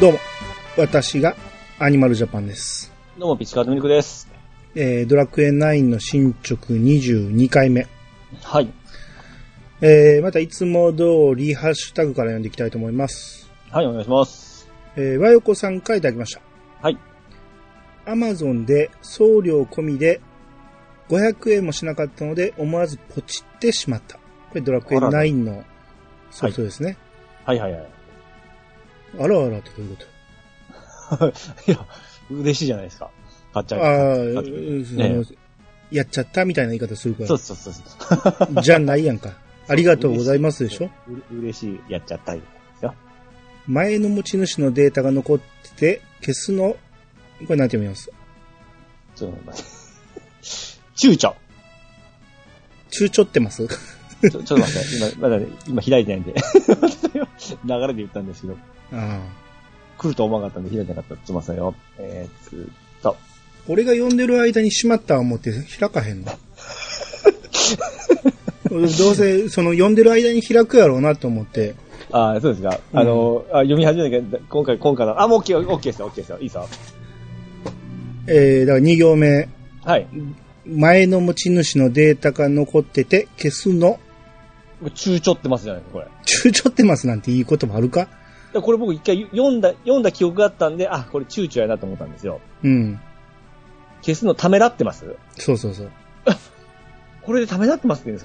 どうも、私がアニマルジャパンです。どうも、ピチカートミルクです。えー、ドラクエ9の進捗22回目。はい。えー、またいつも通りハッシュタグから読んでいきたいと思います。はい、お願いします。えー、和横さんからいただきました。はい。アマゾンで送料込みで500円もしなかったので思わずポチってしまった。これドラクエあらら9のソフトですね。はいはいはい。あらあらってどういうこといや、嬉しいじゃないですか。買っちゃう。ああ、買っちゃううんそねのやっちゃったみたいな言い方するかそうら。そうそうそう。じゃないやんか。ありがとうございますでしょうれ嬉しい。やっちゃったりですよ。前の持ち主のデータが残ってて、消すの、これなんて読みますちょっと待って。躊躇。ちょ、躊躇ってます ちょっと待って。今、まだね、今開いてないんで。 流れで言ったんですけど、ああ。来ると思わなかったんで開いてなかった。すいませんよ。えー、っと、俺が読んでる間にしまった思って開かへんの。 俺どうせ、その読んでる間に開くやろうなと思って。ああ、そうですか。うんあの、あ読み始めたけど、今回、今回の、あ、もう OK、OK ですよ、OK ですよ。いいですよ。えー、だから2行目。はい。前の持ち主のデータが残ってて、消すの、もう躊躇ってますじゃないですか、これ。躊躇ってますなんていい言葉あるかでこれ僕一回読んだ、読んだ記憶があったんで、あ、これ躊躇やなと思ったんですよ。うん。消すのためらってますそうそうそう。これでためらってますって言うん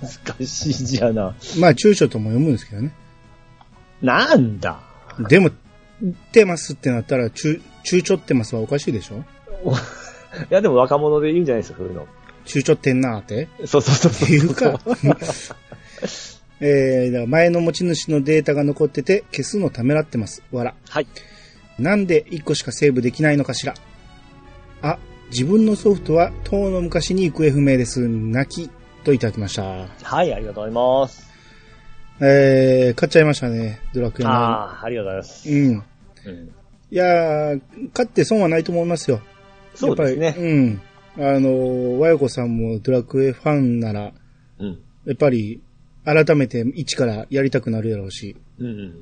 ですか難しいじゃな。まあ、躊躇とも読むんですけどね。なんだ でも、ってますってなったら、ちゅ躊躇ってますはおかしいでしょおいや、でも若者でいいんじゃないですか、そういうの。躊躇ってんなーってそうそうそうそう。言う か。えー、だから前の持ち主のデータが残ってて、消すのためらってます。わら。はい。なんで1個しかセーブできないのかしら。あ、自分のソフトは、当の昔に行方不明です。泣き。といただきました。はい、ありがとうございます。えー、買っちゃいましたね。ドラクエの。ああ、ありがとうございます。うん。うん、いやー、買って損はないと思いますよ。そうですやっぱね。りうん。あの、和子さんもドラクエファンなら、やうん。っぱり、改めて一からやりたくなるやろうし。うんうん。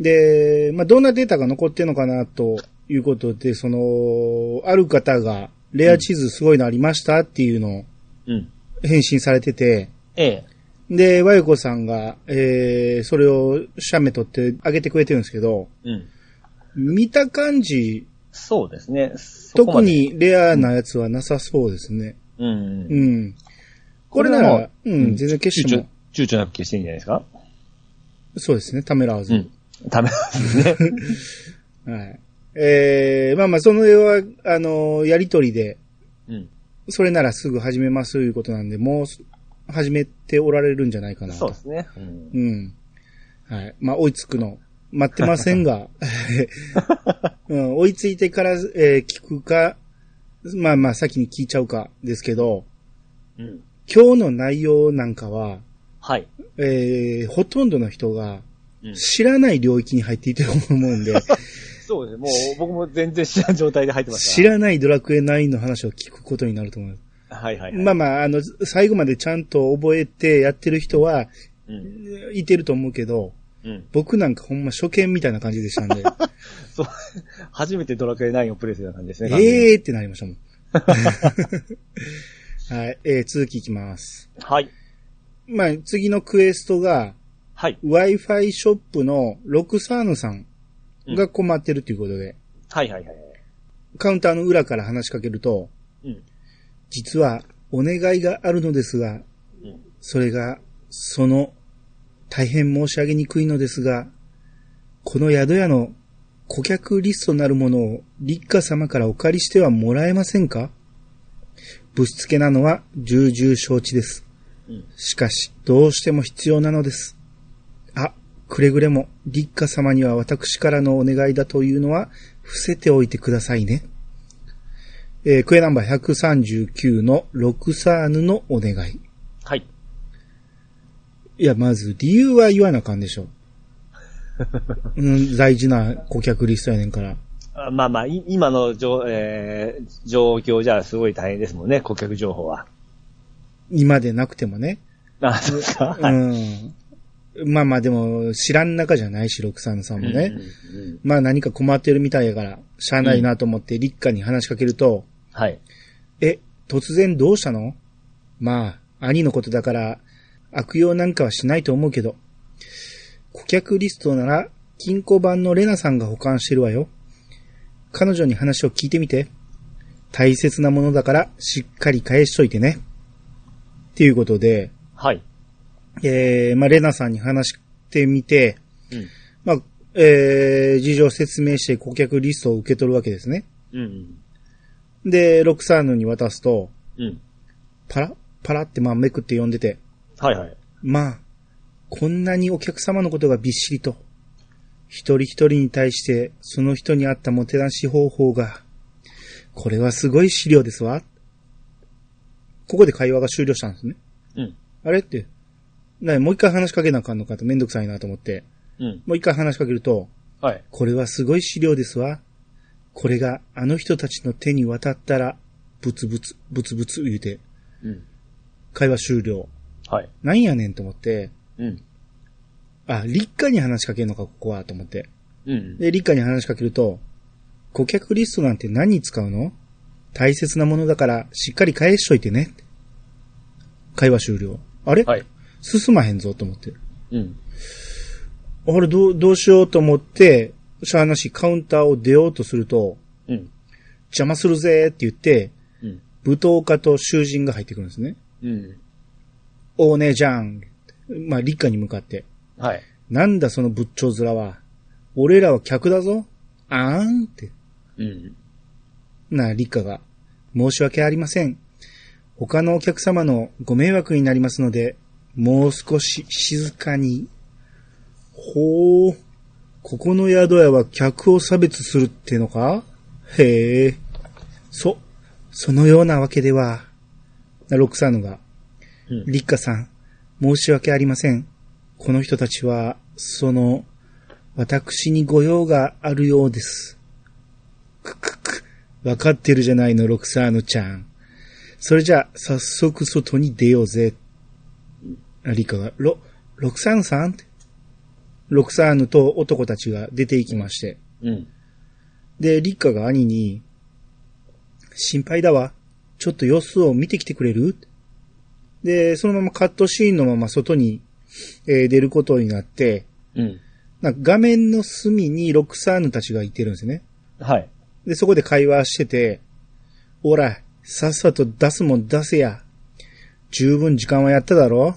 で、まあ、どんなデータが残ってるのかな、ということで、その、ある方が、レア地図すごいのありましたっていうのをうん。返信されてて、ええ。で、和子さんが、えー、それを写メ撮ってあげてくれてるんですけど、うん。見た感じ、そうですね。そこ特まで。にレアなやつはなさそうですね。うん。うんうん。これなら、ううんん、全然消しても、躊躇躊躇なく消していいんじゃないですかそうですね、ためらわず。うん。ダメなんですね。はい。えー、まあまあ、その絵は、あのーやりとりで、うん。それならすぐ始めますということなんで、もうす、始めておられるんじゃないかなと。そうですね。うん。うん。はい。まあ、追いつくの、待ってません が、うん、追いついてから、えー聞くか、まあまあ、先に聞いちゃうかですけど、うん。今日の内容なんかは、はい。えー、ほとんどの人が、うん知らない領域に入っていてると思うんで、 そうですね。もう僕も全然知らん状態で入ってます知からないドラクエ9の話を聞くことになると思います。らはいはいはい。まあまあ、あの、最後までちゃんと覚えてやってる人は、うん。いてると思うけど、うん。僕なんかほんま初見みたいな感じでしたん で、そう。初めてドラクエ9をプレイするような感じですね。え。えーってなりま したもん。はい、えー、続きいきます。はい。まあ、次のクエストが、はい。 Wi-Fi ショップのロクサーヌさんが困ってるということで、はいはいはい。カウンターの裏から話しかけると、うん。実はお願いがあるのですが、うんそれが、その、大変申し上げにくいのですが、この宿屋の顧客リストなるものを立花様からお借りしてはもらえませんかぶしつけなのは重々承知です。うんしかし、どうしても必要なのです。あ、くれぐれも立花様には私からのお願いだというのは伏せておいてくださいね。えークエナンバー139のロクサーヌのお願い。はい。いや、まず理由は言わなあかん でしょ。うん、大事な顧客リストやねんから。あまあまあ、い今の状、えー状況じゃすごい大変ですもんね、顧客情報は。今でなくてもね。あ、そうですか。うはい。ん。まあまあでも、知らん中じゃないし、63さんもね。うんうんうんまあ何か困ってるみたいやから、しゃあないなと思って、立夏に話しかけると、はい。え、突然どうしたのまあ、兄のことだから、悪用なんかはしないと思うけど。顧客リストなら、金庫版のレナさんが保管してるわよ。彼女に話を聞いてみて。大切なものだから、しっかり返しといてね。っていうことで、はい。えー、まあ、レナさんに話してみて、うん。まあ、えー、事情を説明して顧客リストを受け取るわけですね。うん。で、ロクサーヌに渡すと、うん。パラパラってまあめくって読んでて、はいはい。まあ、こんなにお客様のことがびっしりと、一人一人に対してその人に合ったもてなし方法が、これはすごい資料ですわ。ここで会話が終了したんですね。うん。あれって、なもう一回話しかけなあかんのかとめんどくさいなと思って、うん。もう一回話しかけると、はい。これはすごい資料ですわ。これがあの人たちの手に渡ったら、ブツブツ、ブツブツ言うて、うん。会話終了。はい。なんやねんと思って、うん。あ、立夏に話しかけるのか、ここは、と思って。うん。で、立夏に話しかけると、顧客リストなんて何に使うの大切なものだから、しっかり返しといてね。会話終了。あれ、はい。進まへんぞ、と思って。うん。あれ、どう、どうしようと思って、しゃあなし、カウンターを出ようとすると、うん。邪魔するぜって言って、うん。舞踏家と囚人が入ってくるんですね。うん。お姉ちゃん。まあ、立夏に向かって。はい。なんだその仏頂面は。俺らは客だぞ。あーんって。うん。なあ、リカが。申し訳ありません。他のお客様のご迷惑になりますので、もう少し静かに。ほう。ここの宿屋は客を差別するってのかへえ。そ、そのようなわけでは。なロックサーヌが。うんリッカさん、申し訳ありません。この人たちは、その、私に御用があるようです。くくく、わかってるじゃないの、ロクサーヌちゃん。それじゃあ、早速外に出ようぜ。あリカが、ロ、ロクサーヌさんってロクサーヌと男たちが出て行きまして。うん。で、リッカが兄に、心配だわ。ちょっと様子を見てきてくれるで、そのままカットシーンのまま外に、えー出ることになって、うん。なんか画面の隅にロクサーヌたちがいてるんですね。はい。で、そこで会話してて、おら、さっさと出すもん出せや。十分時間はやっただろ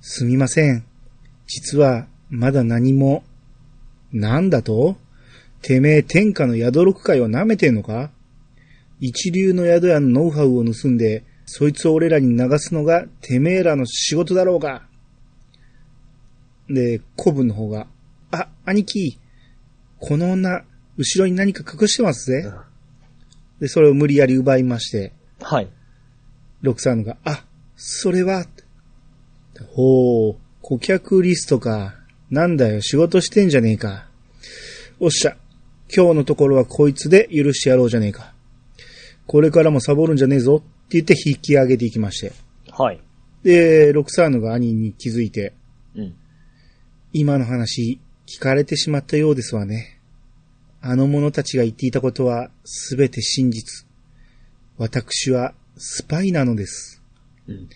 すみません。実は、まだ何も。なんだとてめえ天下の宿六会を舐めてんのか一流の宿屋のノウハウを盗んで、そいつを俺らに流すのがてめえらの仕事だろうが。で、古文の方が、あ、兄貴、この女、後ろに何か隠してますぜ。で、それを無理やり奪いまして、はい。ロクサーヌが、あ、それは、ほう、顧客リストか。なんだよ、仕事してんじゃねえか。おっしゃ、今日のところはこいつで許してやろうじゃねえか。これからもサボるんじゃねえぞって言って引き上げていきまして。はい。で、ロクサーヌが兄に気づいて、うん。今の話、聞かれてしまったようですわね。あの者たちが言っていたことは、すべて真実。私は、スパイなのです。うん。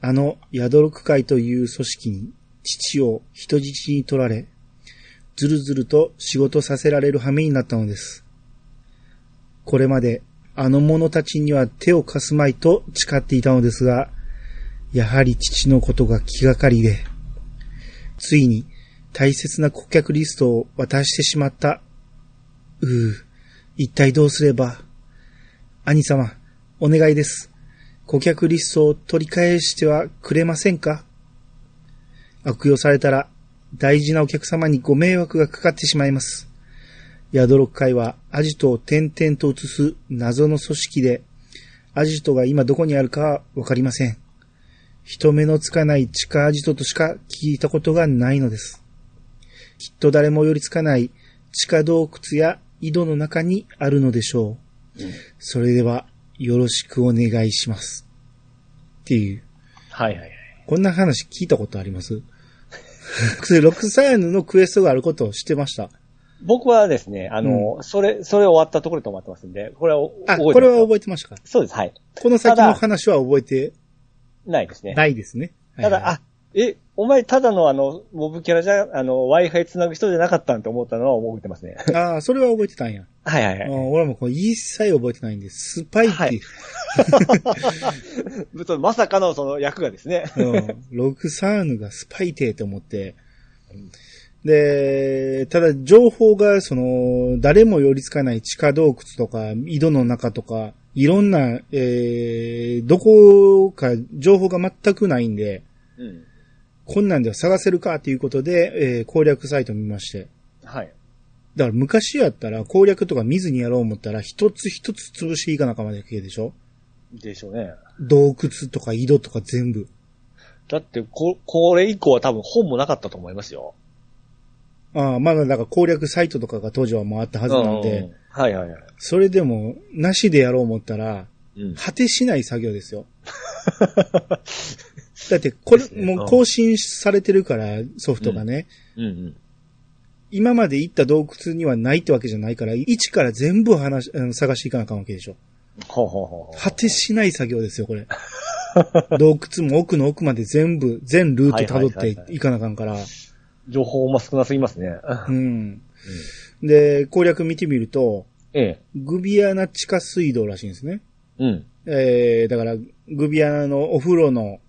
あの、ヤドロク会という組織に、父を人質に取られ、ずるずると仕事させられる羽目になったのです。これまで、あの者たちには手を貸すまいと誓っていたのですが、やはり父のことが気がかりで、ついに大切な顧客リストを渡してしまった。うう、一体どうすれば。兄様、お願いです。顧客リストを取り返してはくれませんか悪用されたら大事なお客様にご迷惑がかかってしまいます。ヤドロック会はアジトを点々と移す謎の組織で、アジトが今どこにあるかはわかりません。人目のつかない地下アジトとしか聞いたことがないのです。きっと誰も寄りつかない地下洞窟や井戸の中にあるのでしょう。それではよろしくお願いします。っていう。はいはいはい。こんな話聞いたことあります ロクサーヌのクエストがあることを知ってました。僕はですね、あの、それ、それ終わったところで止まってますんで、これは覚えてあ、ますこれは覚えてましたかそうです、はい。この先の話は覚えてないですね。ないですね。たはいだ、はいあ、え、お前ただのあの、モブキャラじゃ、あの、Wi-Fi 繋ぐ人じゃなかったんって思ったのは覚えてますね。あーそれは覚えてたんや。はいはあーいはい。俺はもうこれ一切覚えてないんです。スパイって、はいそうまさかのその役がですね。うんロクサーヌがスパイテーと思って。で、ただ情報が、その、誰も寄りつかない地下洞窟とか、井戸の中とか、いろんな、えー、どこか情報が全くないんで、うん。こんなんでは探せるかということで、えー攻略サイト見まして。はい。だから昔やったら攻略とか見ずにやろう思ったら、一つ一つ潰していかなかまでいけでしょでしょうね。洞窟とか井戸とか全部。だって、こ、これ以降は多分本もなかったと思いますよ。ああ、まだだから攻略サイトとかが当時はもうあったはずなんで、うんはいはいはい。それでも、なしでやろう思ったら、うん。果てしない作業です よ。だって、これで、すねもう更新されてるから、ソフトがね。うんうん。今まで行った洞窟にはないってわけじゃないから、一から全部話し、あの探していかなあかんわけでしょ。ほうほうほうほう。果てしない作業ですよ、こ れ。洞窟も奥の奥まで全部、全ルート辿はいはいっはいはていいかなあかんから。情報も少なすぎますね。うん。で、攻略見てみると、ええ。グビアナ地下水道らしいんですね。うん。えー、だから、グビアナのお風呂の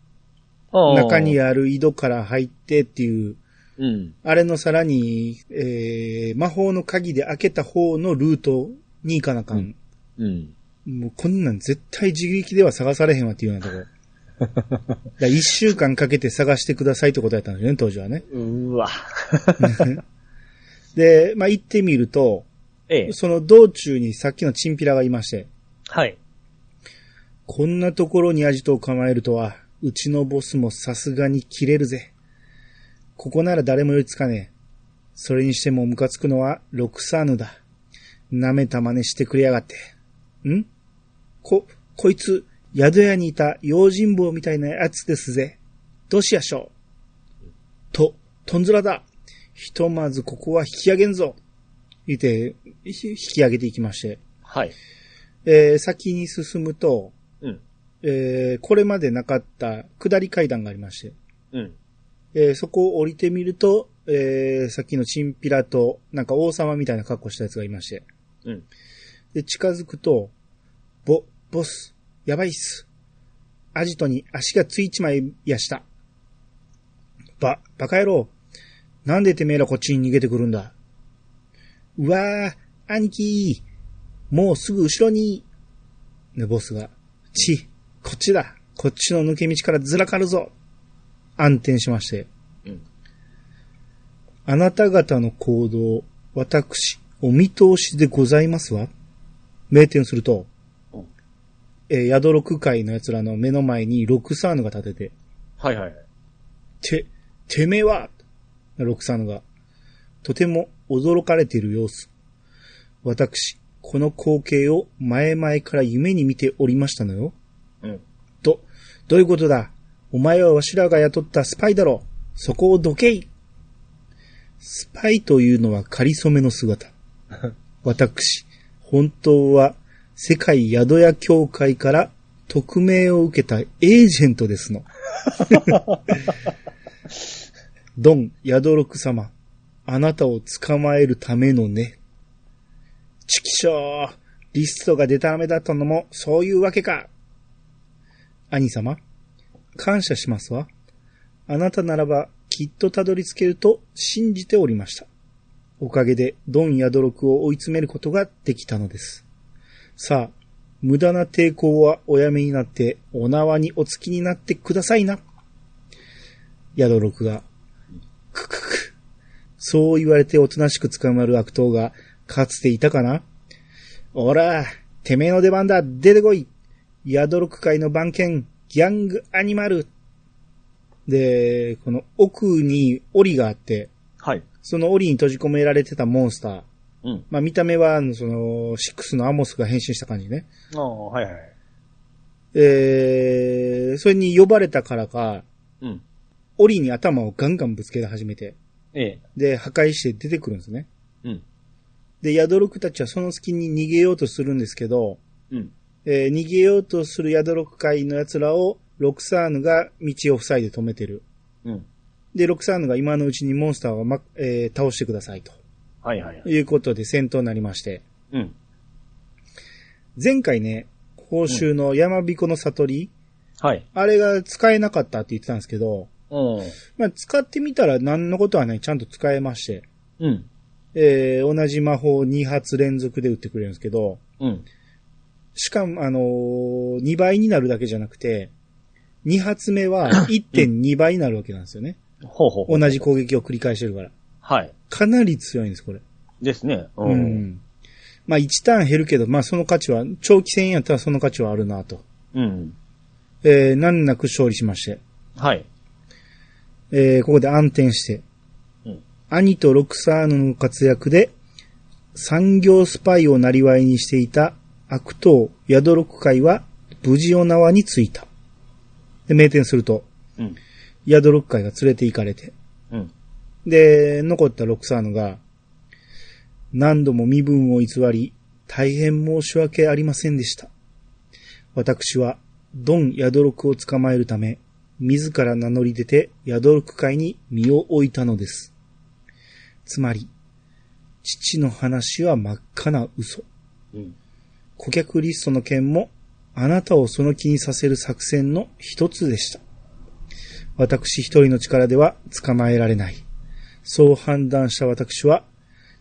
中にある井戸から入ってっていう、うん。あれのさらに、えー、魔法の鍵で開けた方のルートに行かなあかん。うん。もうこんなん絶対自力では探されへんわっていうようなとこ ろ。だから一週間かけて探してくださいってことやったんですよね、当時はね。 うーわ。で、まあ、行ってみると、ええ。その道中にさっきのチンピラがいまして、はい。こんなところにアジトを構えるとは、うちのボスもさすがに切れるぜ。ここなら誰も寄りつかねえ。それにしてもムカつくのはロクサーヌだ。舐めた真似してくれやがって。んこ、こいつ、宿屋にいた用心棒みたいなやつですぜ。どうしやしょう。と、とんずらだ。ひとまずここは引き上げんぞ。言って、ひ引き上げていきまして。はい。えー先に進むと、うん。えーこれまでなかった下り階段がありまして、うん。えーそこを降りてみると、えーさっきのチンピラと、なんか王様みたいな格好したやつがいまして、うん。で、近づくと、ボ、ボス、やばいっす。アジトに足がついちまいやした。ば、バカ野郎。なんでてめえらこっちに逃げてくるんだ。うわー、兄貴。もうすぐ後ろに。ね、ボスが。ち、こっちだ。こっちの抜け道からずらかるぞ。暗転しまして。うんあなた方の行動、私、お見通しでございますわ。名店すると、うんえー宿六会の奴らの目の前にロクサーヌが立てはいはい。て、て、てめえはロクサーヌが、とても驚かれている様子。私、この光景を前々から夢に見ておりましたのよ。うん。ど、どういうことだお前はわしらが雇ったスパイだろそこをどけいスパイというのは仮初めの姿。私、本当は世界宿屋協会から匿名を受けたエージェントですの。ドン、宿六様、あなたを捕まえるためのね。ちきしょう、リストが出ためだったのもそういうわけか。兄様、感謝しますわ。あなたならばきっとたどり着けると信じておりました。おかげでドンやドロクを追い詰めることができたのです。さあ、無駄な抵抗はおやめになってお縄にお付きになってくださいな。ヤドロクが、くくく。そう言われておとなしく捕まる悪党がかつていたかなおら、てめえの出番だ、出てこいヤドロク会の番犬、ギャングアニマル。で、この奥に檻があって、はい。その檻に閉じ込められてたモンスター。うん。まあ見た目は、あのその、シックスのアモスが変身した感じね。ああ、はいはい。えー、それに呼ばれたからか、うん。檻に頭をガンガンぶつけ始めて、ええ。で、破壊して出てくるんですね。うん。で、ヤドロクたちはその隙に逃げようとするんですけど、うん。えー逃げようとするヤドロク会の奴らをロクサーヌが道を塞いで止めてる。うん。で、ロクサーヌが今のうちにモンスターを、まえー倒してくださいとはいはいはい。いうことで戦闘になりまして、うん。前回ね、報酬の山彦の悟り、はい。あれが使えなかったって言ってたんですけど、うん。まあ、使ってみたら何のことはない、ちゃんと使えまして、うん。えー同じ魔法を2発連続で打ってくれるんですけど、うん。しかも、あのー2倍になるだけじゃなくて、2発目は1.2倍になるわけなんですよね。ほうほうほう。同じ攻撃を繰り返してるから。はい。かなり強いんです、これ。ですね。う。ん。まあ、1ターン減るけど、まあ、その価値は、長期戦やったらその価値はあるなと。うん。えー、難なく勝利しまして、はい。えー、ここで暗転して、うん兄とロクサーヌの活躍で、産業スパイを生りにしていた悪党ヤドロク会は無事お縄についた。で、名店すると、うん。ヤドロク会が連れて行かれて、うん。で、残ったロクサーヌが、何度も身分を偽り、大変申し訳ありませんでした。私は、ドン・ヤドロクを捕まえるため、自ら名乗り出て、ヤドロク会に身を置いたのです。つまり、父の話は真っ赤な嘘。うん。顧客リストの件も、あなたをその気にさせる作戦の一つでした。私一人の力では捕まえられない。そう判断した私は、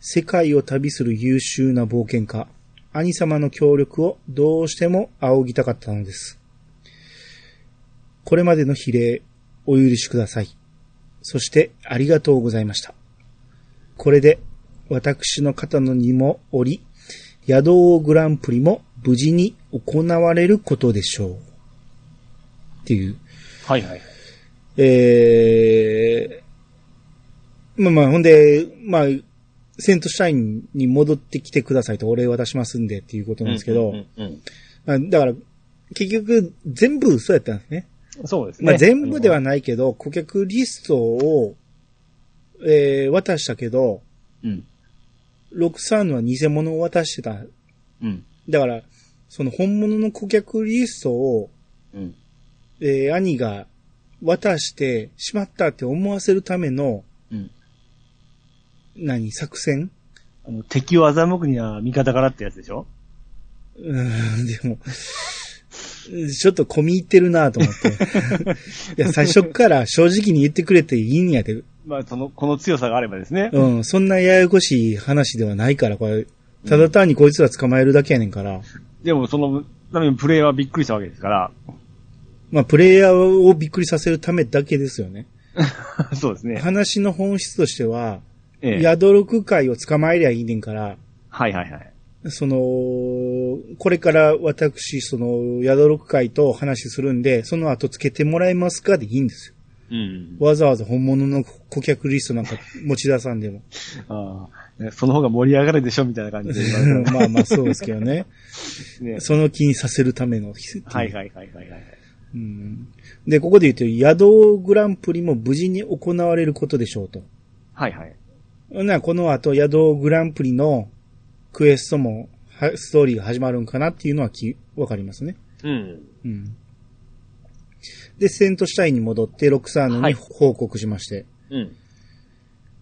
世界を旅する優秀な冒険家、兄様の協力をどうしても仰ぎたかったのです。これまでの比例、お許しください。そして、ありがとうございました。これで、私の肩の荷も降り、宿王グランプリも無事に行われることでしょう。っていう。はいはい。えー、まあまあ、ほんで、まあ、セントシャインに戻ってきてくださいとお礼渡しますんでっていうことなんですけど、うんうんまあだから、結局、全部嘘やったんですね。うんそうですね。まあ全部ではないけど、顧客リストを、えー、渡したけど、うん。ロクサーヌは偽物を渡してた。うん。だから、その本物の顧客リストを、うん。えー、兄が渡してしまったって思わせるための、うん。何、作戦あの、敵を欺くには味方からってやつでしょうーん、でも、ちょっと込み入ってるなと思って。い や、最初から正直に言ってくれていいんやで。まあ、その、この強さがあればですね。うん、そんなややこしい話ではないから、これ。ただ単にこいつら捕まえるだけやねんから。でも、その、ためにプレイヤーはびっくりしたわけですから。 まあ、プレイヤーをびっくりさせるためだけですよね。そうですね。話の本質としては、ええ。ヤドロク会を捕まえりゃいいねんから、はいはいはい。その、これから私、その、ヤドロク会と話するんで、その後つけてもらえますかでいいんですよ。うん。わざわざ本物の顧客リストなんか持ち出さんで も。ああねその方が盛り上がるでしょみたいな感じで言われてまあまあそうですけどね。ます ね。その気にさせるための。はいはいはいはいはい。うんで、ここで言うと、宿グランプリも無事に行われることでしょうと。はいはい。な、この後、宿グランプリのクエストも、はストーリーが始まるんかなっていうのはき、わかりますね。うん。うん。で、セントシュタインに戻って、ロクサーノはいに報告しまして、うん。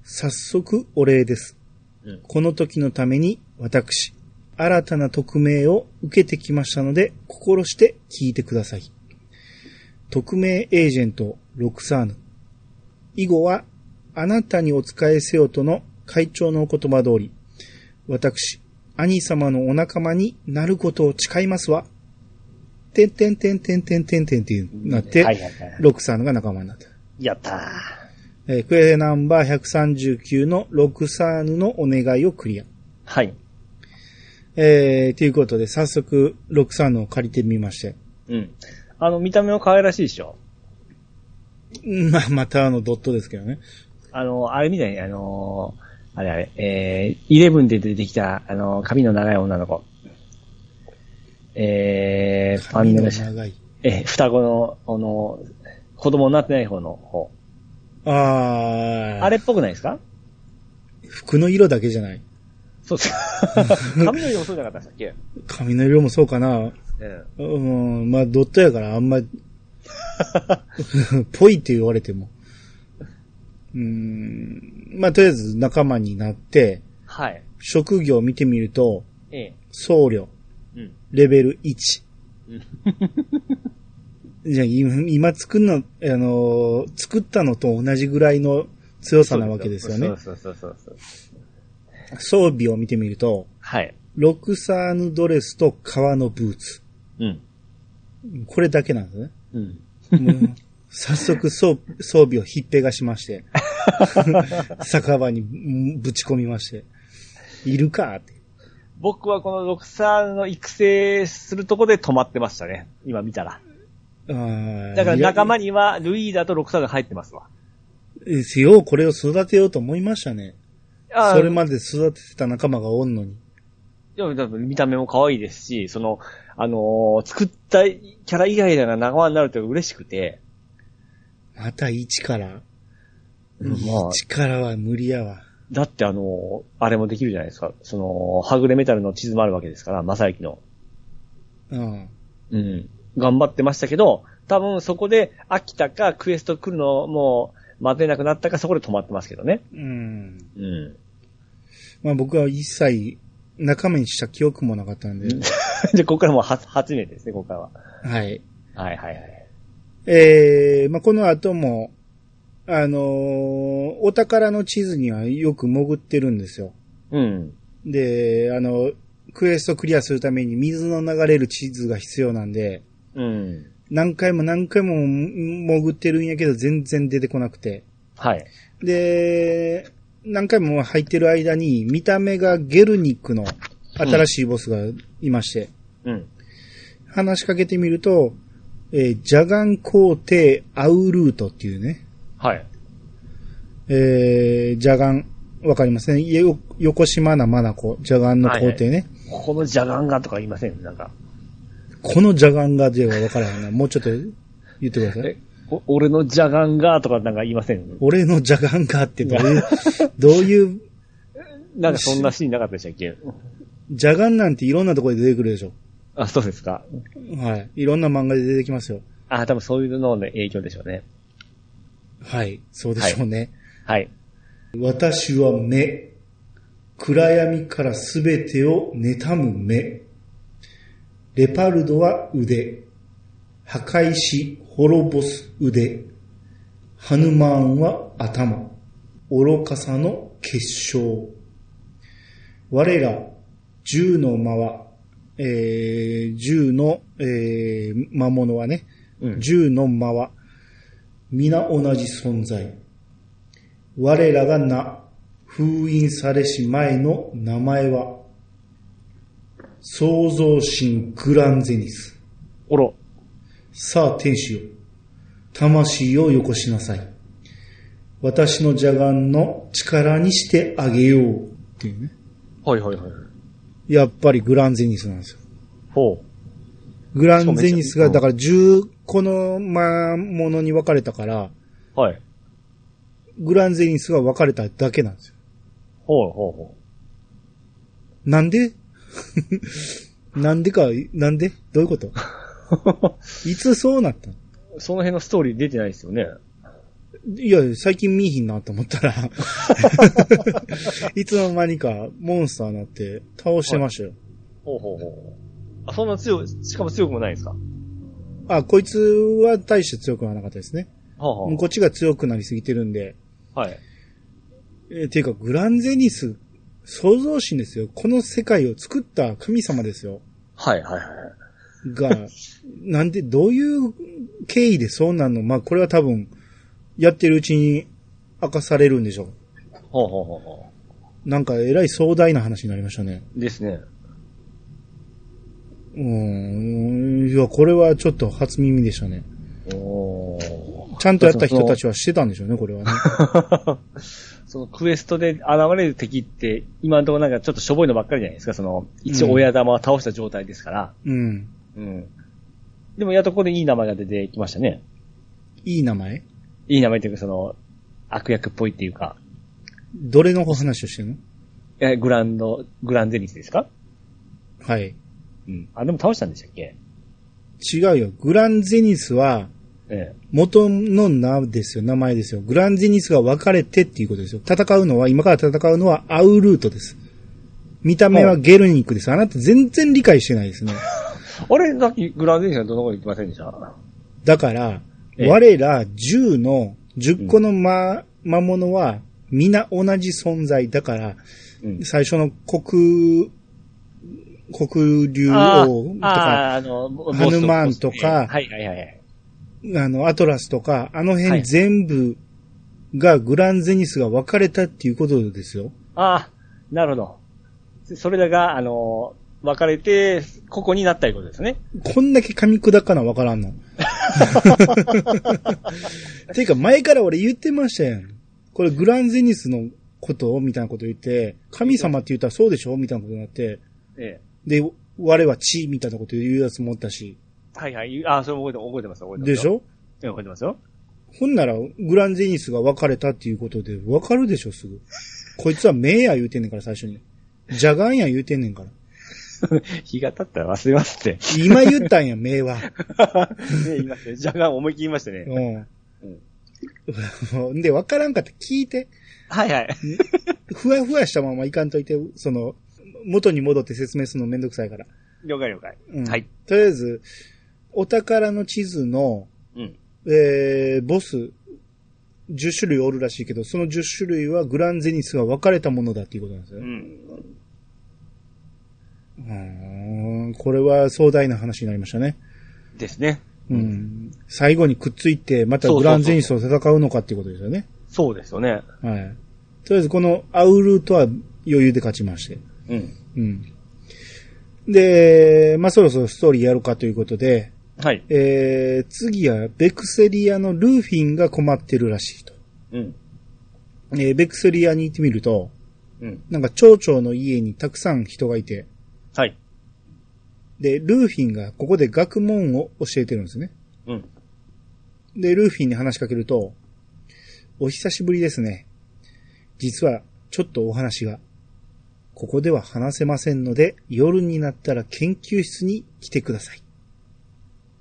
早速お礼です。うんこの時のために私、新たな匿名を受けてきましたので、心して聞いてください。匿名エージェント、ロクサーヌ。以後は、あなたにお仕えせよとの会長のお言葉通り、私、兄様のお仲間になることを誓いますわ。てんてんてんてんてんてんてんってなって、はいはいはい。ロクサーヌが仲間になった。やったー。えークエナンバー139のロクサーヌのお願いをクリア。はい。えー、ということで、早速、ロクサーヌを借りてみまして。 うん。あの、見た目は可愛らしいでしょうんまあ、またあのドットですけどね。あの、あれみたいに、あのーあれあれ、えー、イレブンで出てきた、あのー、髪の長い女の子。えー、パン髪のの飯、長い。えー、双子の、あのー、子供になってない方の方。あー。あれっぽくないですか服の色だけじゃない。そう ですか。髪の色もそうじゃなかったでしたっけ髪の色もそうかな。うん。うん、まあドットやからあんま、 ぽいって言われても。うん、まあとりあえず仲間になって、はい。職業を見てみると、ええ。僧侶、うん。レベル1。うんじゃあ今今作るの、あのー作ったのと同じぐらいの強さなわけですよね。そうそうそうそう。装備を見てみると、はい。ロクサーヌドレスと革のブーツ。うん。これだけなんですね。うん。も う早速装装備をひっぺがしまして、酒場にうんぶち込みまして、いるかって。僕はこのロクサーヌの育成するとこで止まってましたね。今見たら。だだから仲間に。にはルイーダとロクサーヌが入ってますわ。ですよ、これを育てようと思いましたね。あそれまで育ててた仲間がおんのに。でも多分見た目も可愛いですし、その、あのー作ったキャラ以外が仲間になると嬉しくて、また一から。うんまあ一からは無理やわ。だってあのーあれもできるじゃないですか。その、はぐれメタルの地図もあるわけですから、正幸の。うん。うん。頑張ってましたけど、多分そこで飽きたか、クエスト来るのもう待てなくなったか、そこで止まってますけどね。うん。うん。 まあ僕は一切仲間にした記憶もなかったんで。じゃあ、ここからもう初、初めてですね、ここからは。はい。はいはいはい。えー、まあこの後も、あのーお宝の地図にはよく潜ってるんですよ。うん。で、あの、クエストクリアするために水の流れる地図が必要なんで、うん。何回も何回も潜ってるんやけど全然出てこなくて。はい。で、何回も入ってる間に、見た目がゲルニックの新しいボスがいまして、うん。話しかけてみると、えージャガン皇帝アウルートっていうね、はい。えー、ジャガン、わかりますね。よ横島なマナコ、ジャガンの皇帝ね。ここのジャガンガとか言いませんなんか。このジャガンがではわからへんな。もうちょっと言ってください。え、お俺のジャガンガとかなんか言いません俺のジャガンがってどういう、どういう、なんかそんなシーンなかったでしたっけジャガンなんていろんなところで出てくるでしょ。あ、そうですか。はい。いろんな漫画で出てきますよ。あ、多分そういうのの影響でしょうね。はい。そうでしょうね。はい。私は目。暗闇からすべてを妬む目。レパルドは腕。破壊し滅ぼす腕。ハヌマーンは頭。愚かさの結晶。我ら、銃の間は、えー、銃の、えー、魔物はね、うん銃の間は、皆同じ存在。我らが名、封印されし前の名前は、創造神グランゼニス。おろ。さあ天使よ、魂をよこしなさい。私の邪眼の力にしてあげよう。っていうね。はいはいはい。やっぱりグランゼニスなんですよ。ほグランゼニスが、そうめだっちから10個の魔物に分かれたから、う。はい。グランゼニスが分かれただけなんですよ。ほうほうほなんで なんでか、なんでどういうこといつそうなったのう。 その辺のストーリー出てないですよね。いや、最近見いひんなと思 ったら、いつの間にかモンスターになって倒してましたよ。ほうほうほうほう。あ、そんな強い、しかも強くもないですかあ、こいつは大して強くはなかったですね。はあ、はこっちが強くなりすぎてるんで。あ、はい。えーていうか、グランゼニス、創造神ですよ。この世界を作った神様ですよ。はいはいは い。が、なんで、どういう経緯でそうなんのまあ、これは多分、やってるうちに明かされるんでしょほうほうほうほう。なんか、えらい壮大な話になりましたね。う。ですね。うーん。いや、これはちょっと初耳でしたね。おーちゃんとやった人たちはしてたんでしょうね、これはね。 そのクエストで現れる敵って、今のところなんかちょっとしょぼいのばっかりじゃないですか。その、一応親玉を倒した状態ですから。うん。うん。でもやっとここでいい名前が出てきましたね。いい名前いい名前というか、その、悪役っぽいっていうか、どれのお話をしてるのえ、グランド、グランゼニスですかはい。うん。あ、でも倒したんでしたっけ違うよ。グランゼニスは、ええ。元の名ですよ、名前ですよ。グランゼニスが分かれてっていうことですよ。戦うのは、今から戦うのはアウルートです。見た目はゲルニックです。あなた全然理解してないですね。あれ、さっきグランゼニスはどの方に行きませんでしただから、ええ我ら10の、10個の魔,、魔物は、皆同じ存在。だから、うん。最初の国、国竜あ王ーとか、あー、あの、ボスハヌマーンとかボスはいはいはいはい。あの、アトラスとか、あのは辺い全部がグランゼニスが分かれたっていうことですよ。ああ、なるほど。それらが、あの、分かれて、ここになったということですね。こんだけ噛み砕かな分からん の。ていうか、前から俺言ってましたやん。これグランゼニスのことをみたいなこと言って、神様って言ったらそうでしょみたいなことになって、ええ。で、我は地みたいなこと言うやつもおったし。はいはい。ああ、それも覚えて覚えてます、覚えてますでよ。しょええ覚えてますよ。ほんなら、グランゼニスが別れたっていうことで、わかるでしょ、すぐ。こいつは名や言うてんねんから、最初に。ジャガンや言うてんねんから。日が経ったら忘れま すって。ね今言ったんや、名は。言いましたね。じゃが思い切りましたね。うん。で、わからんかったら聞いて。はいはい。ふわふわしたままいかんといて、その、元に戻って説明するのめんどくさいから。了解了解。うん、はい。とりあえず、お宝の地図の、うん。えー、ボス、10種類おるらしいけど、その10種類はグランゼニスが分かれたものだっていうことなんですようね。ん。うーんこれは壮大な話になりましたね。ですね。うん。最後にくっついて、またグランゼニスと戦うのかっていうことですよね。そうですよね。はい。とりあえずこのアウルートは余裕で勝ちまして。うん。うん。で、まあ、そろそろストーリーやるかということで、はい。えー、次はベクセリアのルーフィンが困ってるらしいと。うん。えー、ベクセリアに行ってみると、うん。なんか町長の家にたくさん人がいて、はい。で、ルーフィンがここで学問を教えてるんですね。うん。で、ルーフィンに話しかけると、お久しぶりですね。実は、ちょっとお話が。ここでは話せませんので、夜になったら研究室に来てください。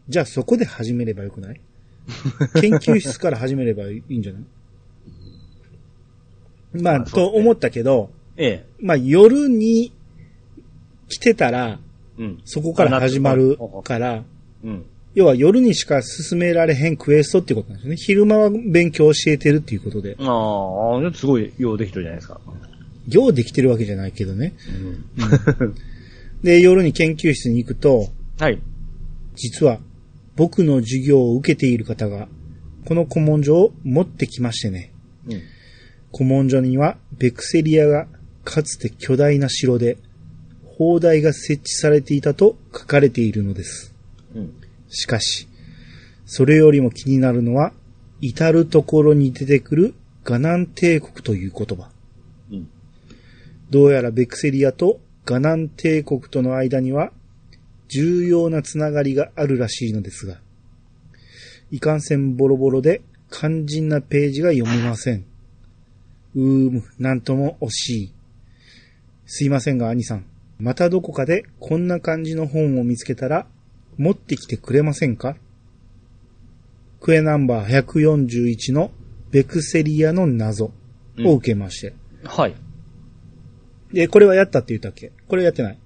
じゃあそこで始めればよくない研究室から始めればいいんじゃないまあ、とまあそうですね思ったけど、ええ。まあ夜に来てたら、うん。そこから始まるから、うん。要は夜にしか進められへんクエストっていうことなんですね。昼間は勉強教えてるっていうことで。ああ、すごいようできてるじゃないですか。ようできてるわけじゃないけどね。うん。で、夜に研究室に行くと、 はい。実は僕の授業を受けている方が、この古文書を持ってきましてね。うん。うん。しかし、それよりも気になるのは、至るところに出てくるガナン帝国という言葉。うん。どうやらベクセリアとガナン帝国との間には重要なつながりがあるらしいのですが、いかんせんボロボロで肝心なページが読めません。うーむ、なんとも惜しい。すいませんが、兄さん。またどこかでこんな感じの本を見つけたら持ってきてくれませんかクエナンバー141のベクセリアの謎を受けまして。はい。いで、これはやったって言ったっけこれやってない。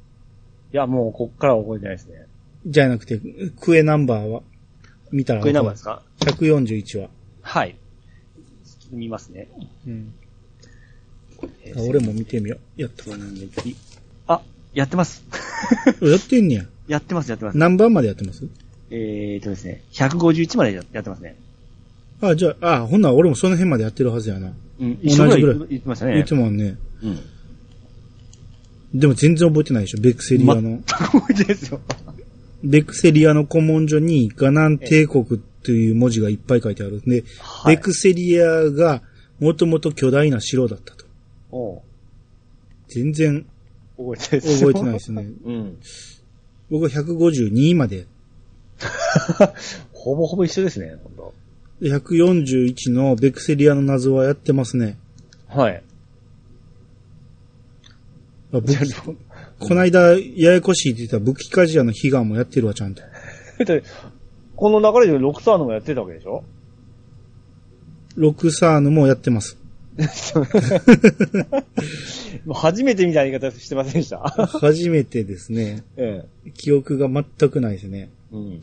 や、もう、こっからは覚えてないですね。じゃなくて、クエナンバーは、見たらこれ何番ですか141は。はい。見ますね。うん。俺も見てみよう。やったかな。あ、やってます。 やってんねや。やってます、やってます。何番までやってますえーとですね、151までやってますね。あ、じゃあ、あ、ほんなら俺もその辺までやってるはずやな。うん、一緒ぐらい同じぐら言ってました言ねっ。てもね。うん。でも全然覚えてないでしょ。ベクセリアの。覚えてないですよ。ベクセリアの古文書にガナン帝国という文字がいっぱい書いてある。で、はいベクセリアがもともと巨大な城だったと。おう全然覚えてないです覚えてないです ね。うん。僕は152まで。ほぼほぼ一緒ですね、本当141のベクセリアの謎はやってますね。はい。あ武 じゃ器あどうこないだ、ややこしいって言ってた武器鍛冶屋の悲願もやってるわ、ちゃんと。だってこの流れでロクサーノもやってたわけでしょロクサーヌもやってます。もう 初めてみたいな言い方してませんでした。初めてですね。 え記憶が全くないですね。え。うん。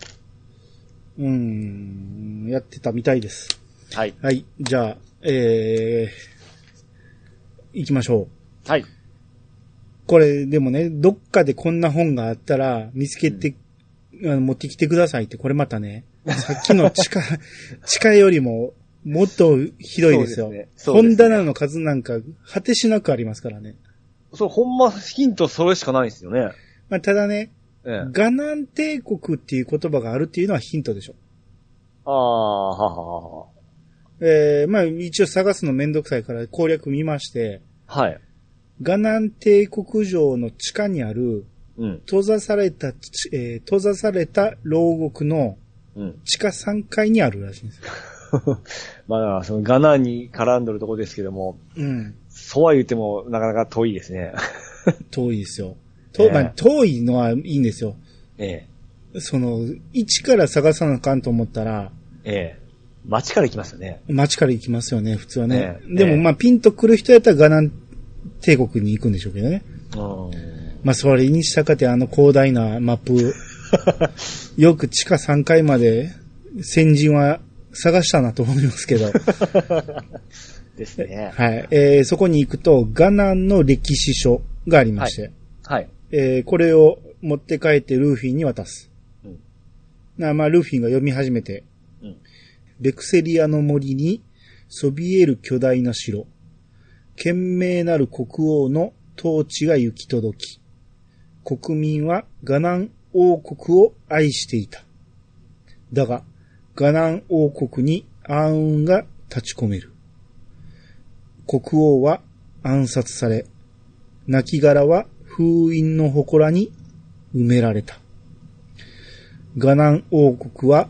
うーん、やってたみたいです。はい。はい、じゃあ、えー、行きましょう。はい。これ、でもね、どっかでこんな本があったら、見つけて、あの持ってきてくださいって、これまたね、さっきの地 下、地下よりも、もっとひどいですよ。そうですねそうですね本棚の数なんか、果てしなくありますからね。そう、ほんまヒントそれしかないですよね。まあ、ただね、ええ。ガナン帝国っていう言葉があるっていうのはヒントでしょ。ああ、はははは。えー、まあ、一応探すのめんどくさいから攻略見まして、はい。ガナン帝国城の地下にある、うん。閉ざされた地、えー閉ざされた牢獄のうん。 地下3階にあるらしいんですよ。まあ、そのガナに絡んどるとこですけども、うん。そうは言ってもなかなか遠いですね。 遠いですよ。と、ええまあ、遠いのはいいんですよ。えその、一から探さなあかんと思ったら、え。ええ。街から行きますよね。街から行きますよね、普通はね。ええでえも、えまあ、ピンと来る人やったらガナン帝国に行くんでしょうけどね。 うん。まあ、それにしたかてあの広大なマッ プ、よく地下3階まで先人は探したなと思いますけ ど。ですね。はい。えーそこに行くと、ガナンの歴史書がありまして、はい。えーこれを持って帰ってルーフィンに渡す。うんなまあ、ルーフィンが読み始めて、うんベクセリアの森にそびえる巨大な城。懸命なる国王の統治が行き届き、国民はガナン王国を愛していた。だが、ガナン王国に暗雲が立ち込める。国王は暗殺され、亡骸は封印の祠に埋められた。ガナン王国は、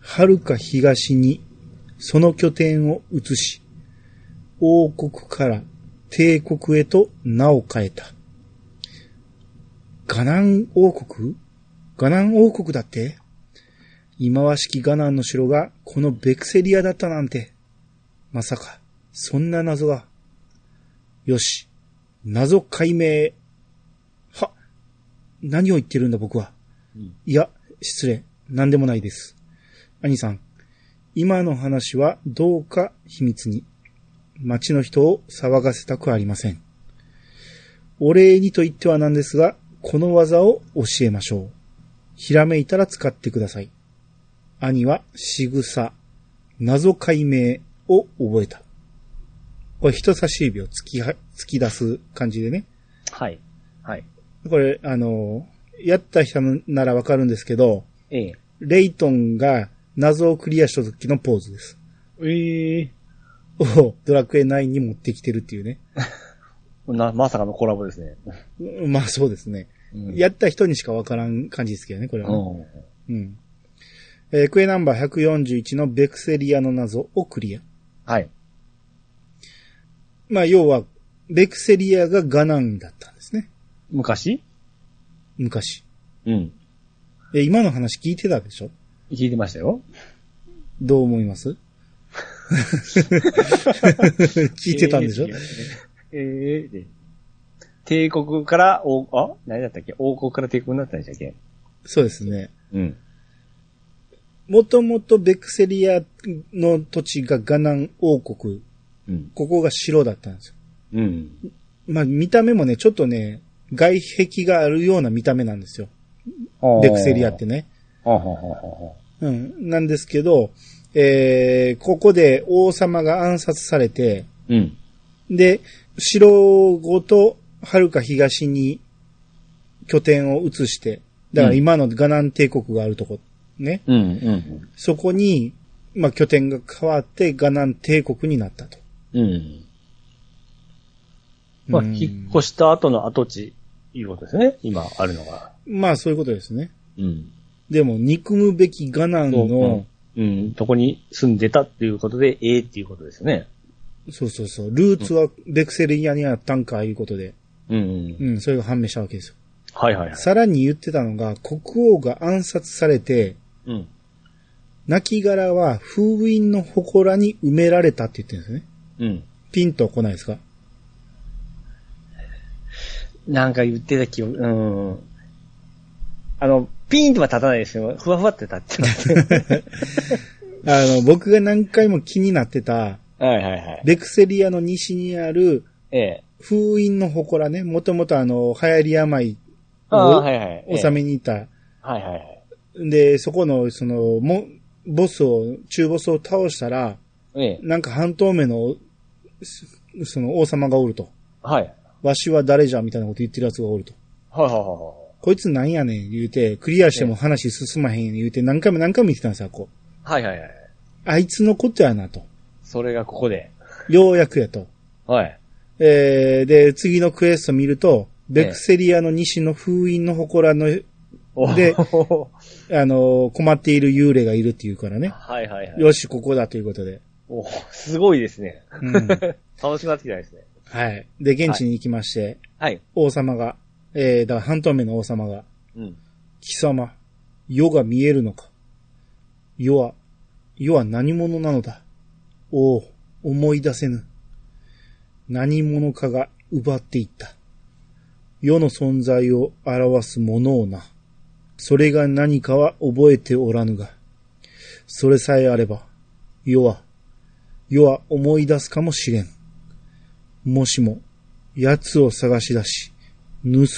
遥か東にその拠点を移し、王国から帝国へと名を変えた。ガナン王国ガナン王国だって忌まわしきガナンの城がこのベクセリアだったなんて。まさか、そんな謎が。よし、謎解明。は、何を言ってるんだ僕は。うんいや、失礼。何でもないです。兄さん、今の話はどうか秘密に。町の人を騒がせたくありません。お礼にと言ってはなんですが、この技を教えましょう。ひらめいたら使ってください。兄は仕草、謎解明を覚えた。これ人差し指を突きは、突き出す感じでね。はい。はい。これ、あの、やった人ならわかるんですけど、ええ。レイトンが謎をクリアした時のポーズです。ええ。をドラクエ9に持ってきてるっていうね。な、まさかのコラボですね。うんまあそうですね。うんやった人にしかわからん感じですけどね、これはね、うん。うん。えークエナンバー141のベクセリアの謎をクリア。はい。まあ要は、ベクセリアがガナンだったんですね。昔昔。うん。え、今の話聞いてたでしょ聞いてましたよ。どう思います 聞いてたんでしょ、ええで帝国から、王、あ何だったっけ王国から帝国になったんでしたっけそうですね。うん。もともとベクセリアの土地がガナン王国、うん。ここが城だったんですよ。うん。まあ見た目もね、ちょっとね、外壁があるような見た目なんですよ。ベクセリアってね。はあはあはあはあうん。なんですけど、えー、ここで王様が暗殺されて、うん。で、城ごと遥か東に拠点を移して、だから今のガナン帝国があるとこ、ね。うん。うん。そこに、まあ、拠点が変わってガナン帝国になったと。うん。まあ、うん引っ越した後の跡地、いうことですね。今あるのが。まあ、そういうことですね。うん。でも、憎むべきガナンそううのんうん、とこに住んでたっていうことで、ええっていうことですよね。そうそうそう。ルーツはベクセルイアにあったんか、いうことで。うん、うん。うん、それが判明したわけですよ。はいはいはい。さらに言ってたのが、国王が暗殺されて、うん。亡骸は封印の祠に埋められたって言ってるんですね。うん。ピンと来ないですかなんか言ってた記憶、うん。あの、ピーンとは立たないですよ。ふわふわって立ってた。あの、僕が何回も気になってた、 はいはいはい。ベクセリアの西にあるええ。封印の祠ね、もともとあの、流行り病ああ、をはいはい。ええ収。めに行った。はいはいはい。で、そこの、その、も、ボスを、中ボスを倒したら、ええ。なんか半透明の、すその王様がおると。はい。はいわしは誰じゃみたいなこと言ってる奴がおると。はいはいはこいつなんやねん言うて、クリアしても話進まへん言うて、何回も何回も言ってたんですよ、こう。い。はいはいはい。あいつのことやなと。それがここで。ようやくやと。はい。えー、で、次のクエスト見ると、ベクセリアの西の封印の祠の、おーで はあのー困っている幽霊がいるっていうからね。いはいはい。よし、ここだということで。おーすごいですね。うん。楽しくなってきたですね。はい。で、現地に行きまして、はい。王様が、えー、だから半透明の王様が、うん。 貴様、世が見えるのか。世は、世は何者なのだ。おお、思い出せぬ。何者かが奪っていった。世の存在を表すものをな。それが何かは覚えておらぬが。それさえあれば、世は、世は思い出すかもしれん。もしも、奴を探し出し、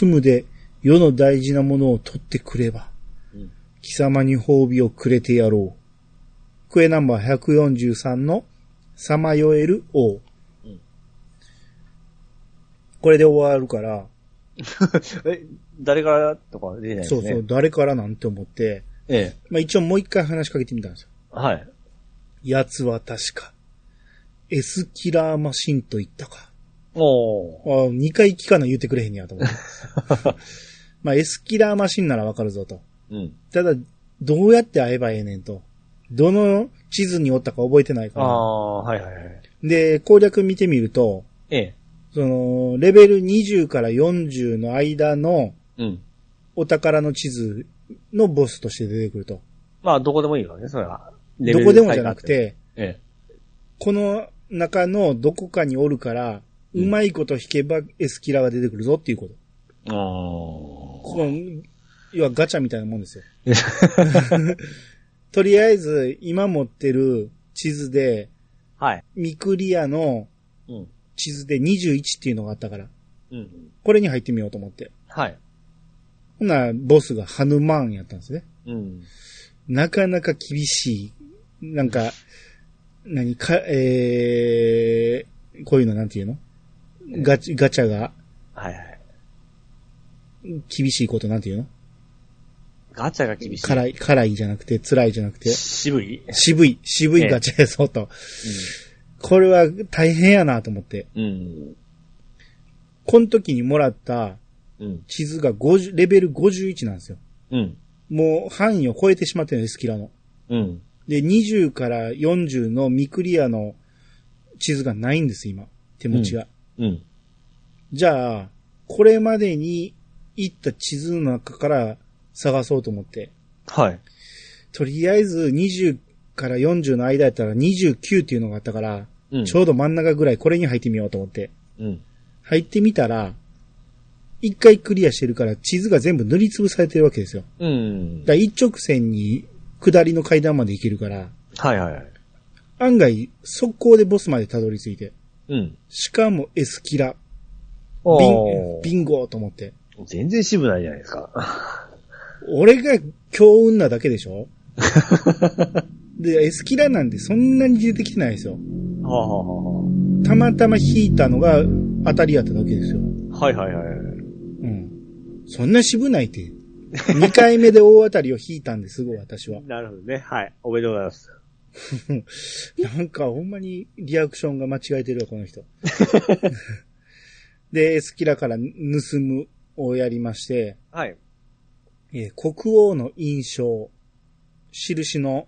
盗むで世の大事なものを取ってくればうん、貴様に褒美をくれてやろう。クエナンバー143の、さまよえる王うん。これで終わるから、え、誰からとか出てないですそね。うそう、。誰からなんて思って、ええ。まあ一応もう一回話しかけてみたんですよ。はい。奴は確か、エスキラーマシンと言ったか。おーああ、二回聞かな言うてくれへんねやと思 って。まあ、エスキラーマシンならわかるぞと。うん。ただ、どうやって会えばええねんと。どの地図におったか覚えてないかあら。あ、はいはいはい。で、攻略見てみると、ええ。その、レベル20から40の間のうん。お宝の地図のボスとして出てくると。まあ、どこでもいいわね、それは。レベどルこでもじゃなく。て、ええ。この中のどこかにおるから、うんうまいこと弾けばエスキラーが出てくるぞっていうこと。ああ。その要はガチャみたいなもん ですよ。とりあえず、今持ってる地図で、はい。ミクリアのうん。地図で21っていうのがあったから、うん。これに入ってみようと思って。はい。ほんなら、ボスがハヌマーンやったんですね。うん。なかなか厳しい。なんか、何か、えー、こういうのなんていうのガチ、ガチャがはいはい。厳しいことなんていうのガチャが厳しい。辛い、辛いじゃなくて、辛いじゃなくて、渋い。渋い、渋いガチャやそうと。これは大変やなと思って。うん。この時にもらったうん。地図が50、レベル51なんですよ。うん。もう範囲を超えてしまってるんです、キラの。うん。で、20から40のミクリアの地図がないんです、今。手持ちが。うん。じゃあ、これまでに行った地図の中から探そうと思って。はい。とりあえず20から40の間やったら29っていうのがあったから、うん。ちょうど真ん中ぐらいこれに入ってみようと思って。うん。入ってみたら、一回クリアしてるから地図が全部塗りつぶされてるわけですよ。うんだか。ら一直線に下りの階段まで行けるから、はいはいはい。案外速攻でボスまでたどり着いて。うん。しかも S キラ。おビンービンゴと思って。全然渋ないじゃないですか。俺が強運なだけでし ょで、S キラなんてそんなに出てきてないですよ。はあはあはたまたま引いたのが当たりやっただけですよ。あ。はいはいはい。うん。そんな渋ない って。2回目で大当たりを引いたんですごい私は。なるほどね。はい。おめでとうございます。なんかほんまにリアクションが間違えてるわ、この 人。で、エスキラから盗むをやりまして、はい。えー国王の印象、印の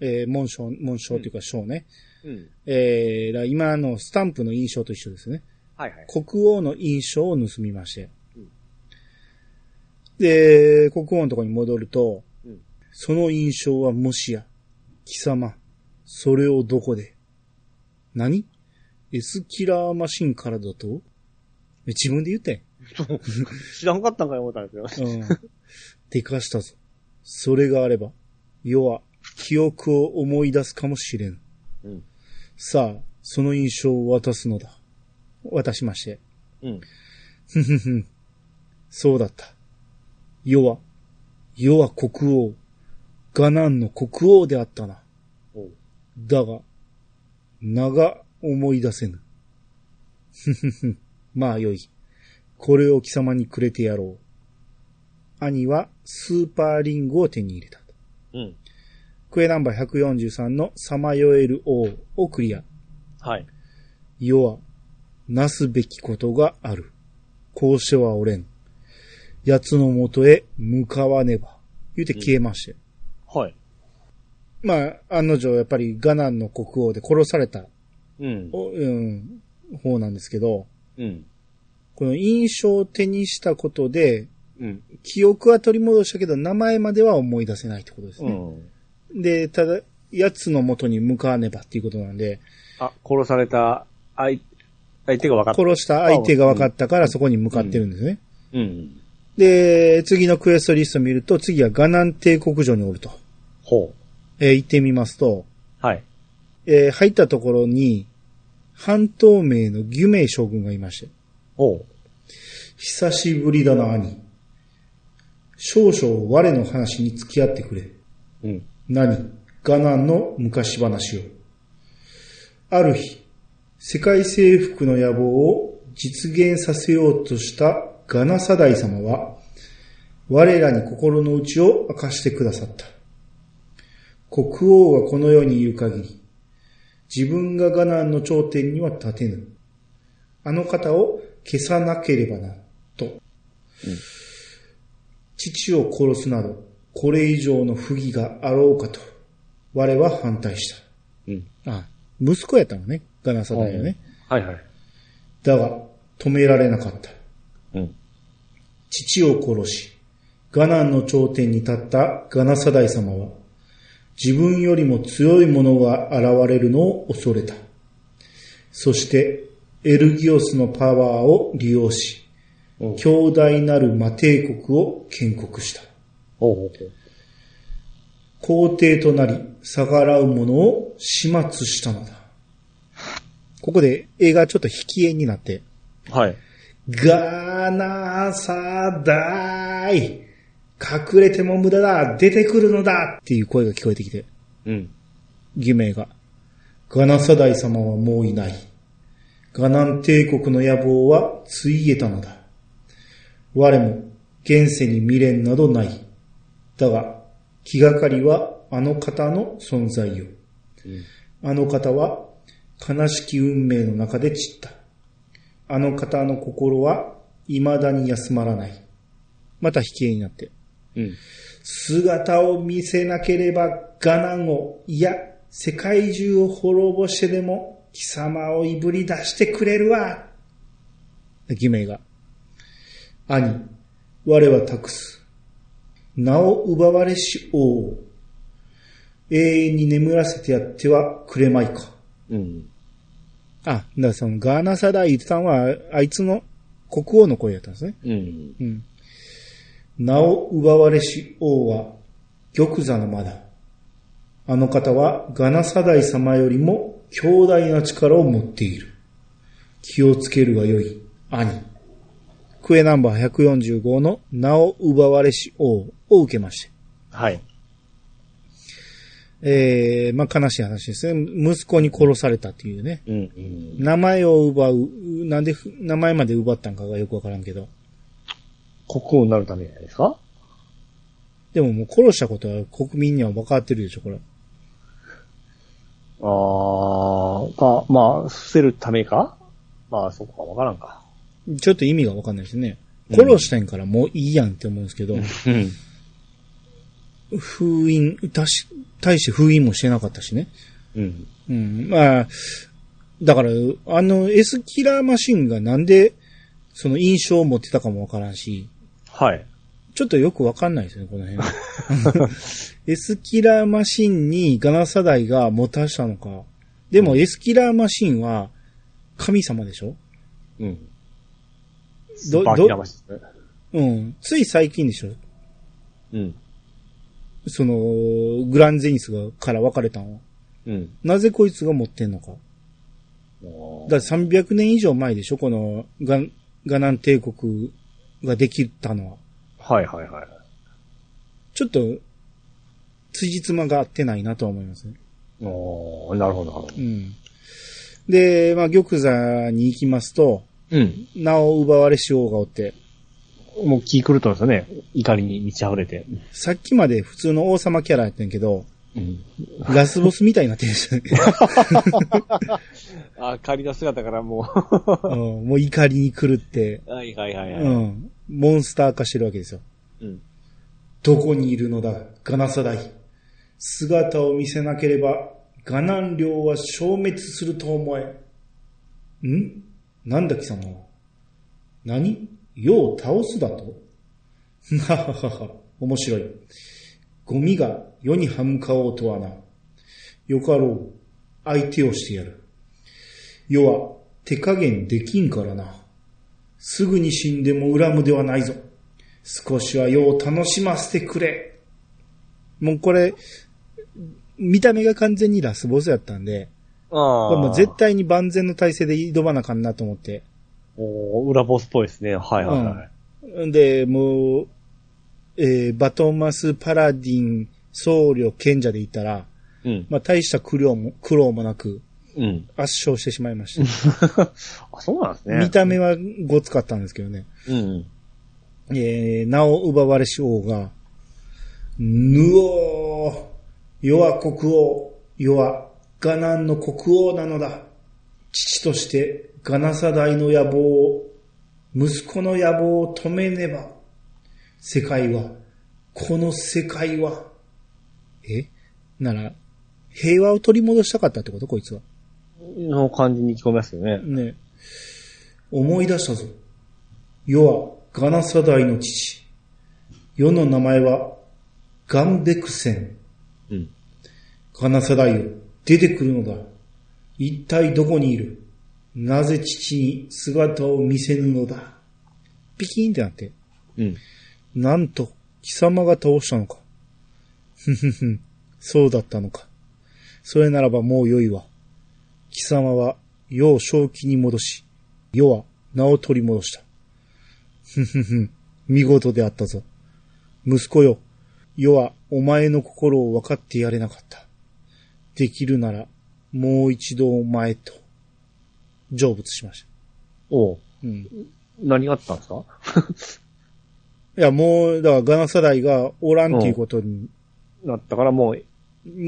えー、紋章、紋章というか章ね。うん。えー、だから今のスタンプの印象と一緒ですね。はいはい。国王の印象を盗みましてうん。で、国王のところに戻ると、うんその印象はもしや、貴様、それをどこで何 ?S キラーマシンからだとえ自分で言って知らんかったんかい思ったんですよ。ん。うん。でかしたぞ。それがあれば、世は記憶を思い出すかもしれん。うん。さあ、その印象を渡すのだ。渡しまして。うん。ふんふんふん。そうだった。世は、世は国王、ガナンの国王であったな。おうだが、名が思い出せぬ。ふんふんふん。まあよい。これを貴様にくれてやろう。兄はスーパーリングを手に入れた。うん。クエナンバー143のさまよえる王をクリア。はい。世は、なすべきことがある。こうしてはおれん。奴のもとへ向かわねば。言うて消えまして。はい。まあ、案の定、やっぱりガナンの国王で殺された、うん。おうん、方なんですけど、うん。この印象を手にしたことで、うん。記憶は取り戻したけど、名前までは思い出せないってことですうね。ん。で、ただ、奴のもとに向かわねばっていうことなんで、あ、殺された相、相手が分かった。殺した相手が分かったからそこに向かってるんですね。うん。で、次のクエストリスト見ると、次はガナン帝国城におると。ほえー行ってみますと、う。はい。えー入ったところに、半透明の義名将軍がいまして、ほう。久しぶりだな、兄。少々我の話に付き合ってくれ。うん。何ガナンの昔話を。ある日、世界征服の野望を実現させようとしたガナサダイ様は、我らに心の内を明かしてくださった。国王がこの世にいる限り、自分がガナンの頂点には立てぬ。あの方を消さなければな、と。父を殺すなど、これ以上の不義があろうかと、我は反対しうん。た。あ息子やったのね、ガナサダイはね。はいはい。だが、止められなかった。うん。父を殺し、ガナンの頂点に立ったガナサダイ様は、自分よりも強い者が現れるのを恐れた。そして、エルギオスのパワーを利用し、ほう強大なる魔帝国を建国した。ほうほう。皇帝となり、逆らう者を始末したのだ。ここで映画ちょっと引き絵になって、はい。ガーナーサダーイ隠れても無駄だ出てくるのだっていう声が聞こえてきて、うん。偽名が。ガナサダイ様はもういない。ガナン帝国の野望はついえたのだ。我も現世に未練などない。だが、気がかりはあの方の存在よ。うん。あの方は悲しき運命の中で散った。あの方の心は未だに休まらない。また引き絵になって。うん。姿を見せなければガナンを、いや、世界中を滅ぼしてでも貴様をいぶり出してくれるわ。義名が。兄、我は託す。名を奪われし王を。永遠に眠らせてやってはくれまいか。うん。あ、だからそのガーナサダイ言ってたのは、あいつの国王の声だったんですね。うん。うん。名を奪われし王は、玉座の間だ。あの方はガナサダイ様よりも強大な力を持っている。気をつけるがよい、兄。クエナンバー145の名を奪われし王を受けまして。はい。えー、まあ悲しい話ですね。息子に殺されたっていうね。うん。うん。名前を奪う、なんで名前まで奪ったんかがよくわからんけど。国王になるためじゃないですかでももう殺したことは国民には分かってるでしょ、これ。あー、か、まあ、伏せるためかまあ、そこかわからんか。ちょっと意味がわかんないですね。うん殺してんからもういいやんって思うんですけど、うん。封印、たし、対して封印もしてなかったしね。うん。うん、まあ、だから、あの S キラーマシンがなんで、その印象を持ってたかもわからんし、はい。ちょっとよくわかんないですね、この辺。S キラーマシンにガナサダイが持たしたのか。でも S キラーマシンは神様でしょうん。どバキラマシですね。うん。つい最近でしょうん。その、グランゼニスがから別れたのは。うん。なぜこいつが持ってんのか。もうだから300年以上前でしょこのガン、ガナン帝国ができたのは。はいはいはい。ちょっと、辻褄が合ってないなとは思いますね。おーなるほどなるほどう。ん。で、まあ、玉座に行きますと、うん。名を奪われし王がおって、もう気狂ったんですよね。怒りに満ち溢れて。さっきまで普通の王様キャラやったんやけど、うん。ラスボスみたいになってるんですよね。あ、仮の姿からもうんもう怒りに狂って、 う。はいはいはいうはい。ん。モンスター化してるわけですよ。うん。どこにいるのだ、ガナサダイ。姿を見せなければ、ガナン領は消滅すると思え。んなんだ貴様は。何世を倒すだとなははは、面白い。ゴミが世に歯向かおうとはな。よかろう。相手をしてやる。世は手加減できんからな。すぐに死んでも恨むではないぞ。少しは世を楽しませてくれ。もうこれ、見た目が完全にラスボスやったんで、あこあ。れもう絶対に万全の体制で挑まなあかんなと思って。おー裏ボスっぽいですね。はいはいはい。んで、もう、えーバトンマス、パラディン、僧侶、賢者でいたら、うん。まあ大した苦労も、苦労もなくうん。圧勝してしまいました。 あ、そうなんですね。見た目はごつかったんですけどね。うん。えー、名を奪われし王が、ぬおー、世は国王、世はガナンの国王なのだ。父としてガナサダイの野望を、息子の野望を止めねば。世界は、この世界は、えなら、平和を取り戻したかったってことこいつは。の感じに聞こえますよね。ね思い出したぞ。世はガナサダイの父。世の名前はガンベクセン。うん。ガナサダイよ、出てくるのだ。一体どこにいるなぜ父に姿を見せぬのだピキーンってなって。うん。なんと、貴様が倒したのか。ふふふ、そうだったのか。それならばもう良いわ。貴様は、世を正気に戻し、世は名を取り戻した。ふふふ、見事であったぞ。息子よ、世はお前の心を分かってやれなかった。できるなら、もう一度お前と、成仏しました。おううん。何があったんですかいや、もう、だからガナサダイがおらんっていうことに、なったからももう、う、い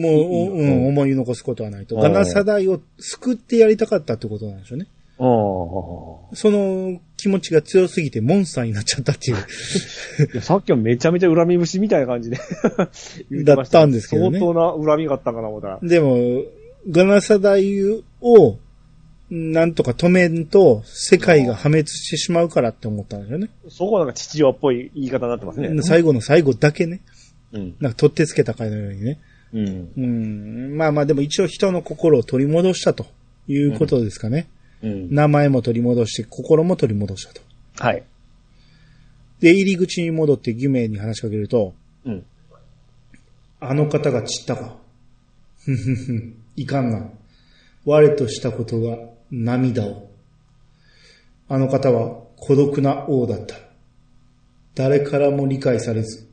いよううんん、思い残すことはないと。うんガナサダイを救ってやりたかったってことなんでしょうね。ああその気持ちが強すぎてモンスターになっちゃったっていう。 いや。さっきはめちゃめちゃ恨み節みたいな感じで言ってまし だったんですけどね相当な恨みがあったかな、思ったら。でも、ガナサダイを、なんとか止めんと、世界が破滅してしまうからって思ったんでしょうね。そこはなんか父親っぽい言い方になってますね。最後の最後だけね。うん。なんか取ってつけたかのようにね。うん。うん。まあまあでも一応人の心を取り戻したということですかね。うん。名前も取り戻して、心も取り戻したと。はい。で、入り口に戻って義名に話しかけると、うん。あの方が散ったか。ふんふんふん、いかんな。我としたことが涙を。あの方は孤独な王だった。誰からも理解されず、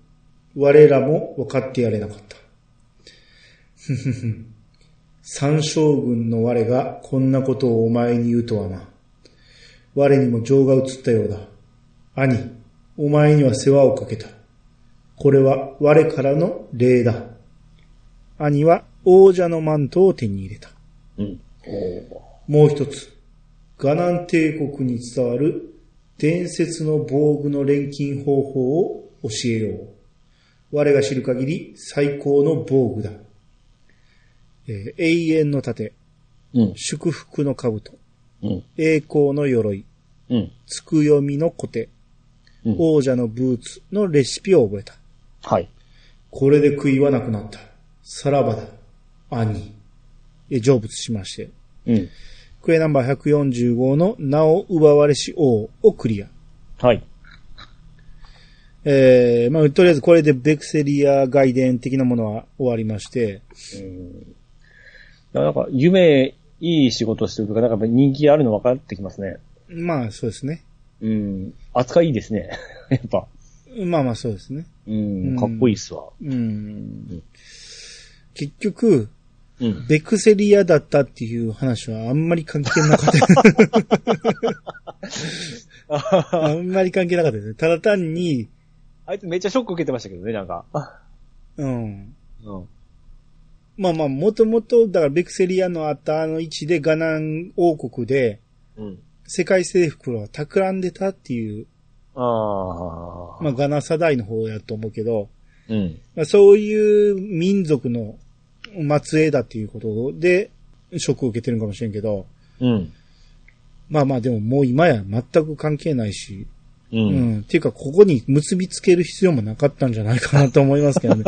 我らも分かってやれなかった。ふんふんふん、三将軍の我がこんなことをお前に言うとはな。我にも情が移ったようだ。兄、お前には世話をかけた。これは我からの礼だ。兄は王者のマントを手に入れた。うん。もう一つ、ガナン帝国に伝わる伝説の防具の錬金方法を教えよう。我が知る限り最高の防具だ。えー永遠の盾、うん。祝福の兜、うん。栄光の鎧、うん。つくよみの小手、うん王者のブーツのレシピを覚えた。はい。これで悔いはなくなった。さらばだ、兄。え、成仏しまして。うん。クエナンバー145の名を奪われし王をクリア。はい。えー、まあ、とりあえずこれでベクセリア外伝的なものは終わりまして、なんか、夢、いい仕事してるとか、なんかやっぱ人気あるの分かってきますね。まあそうですね。うん。扱いいいですね。 やっぱ。まあまあそうですね。うん。かっこいいっすわ。うん。結局、うん。ベクセリアだったっていう話はあんまり関係なかった。あんまり関係なかったですね。ただ単に、あいつめっちゃショック受けてましたけどね、なんか。うん。うん。まあまあ、もともと、だからベクセリアのあったあの位置でガナン王国でうん。世界征服を企んでたっていう、ああ。まあガナサダイの方やと思うけど、うん。まあ、そういう民族の末裔だっていうことで、ショックを受けてるんかもしれんけど、うん。まあまあでももう今や全く関係ないし、う。うんん。っていうか、ここに結びつける必要もなかったんじゃないかなと思いますけどね。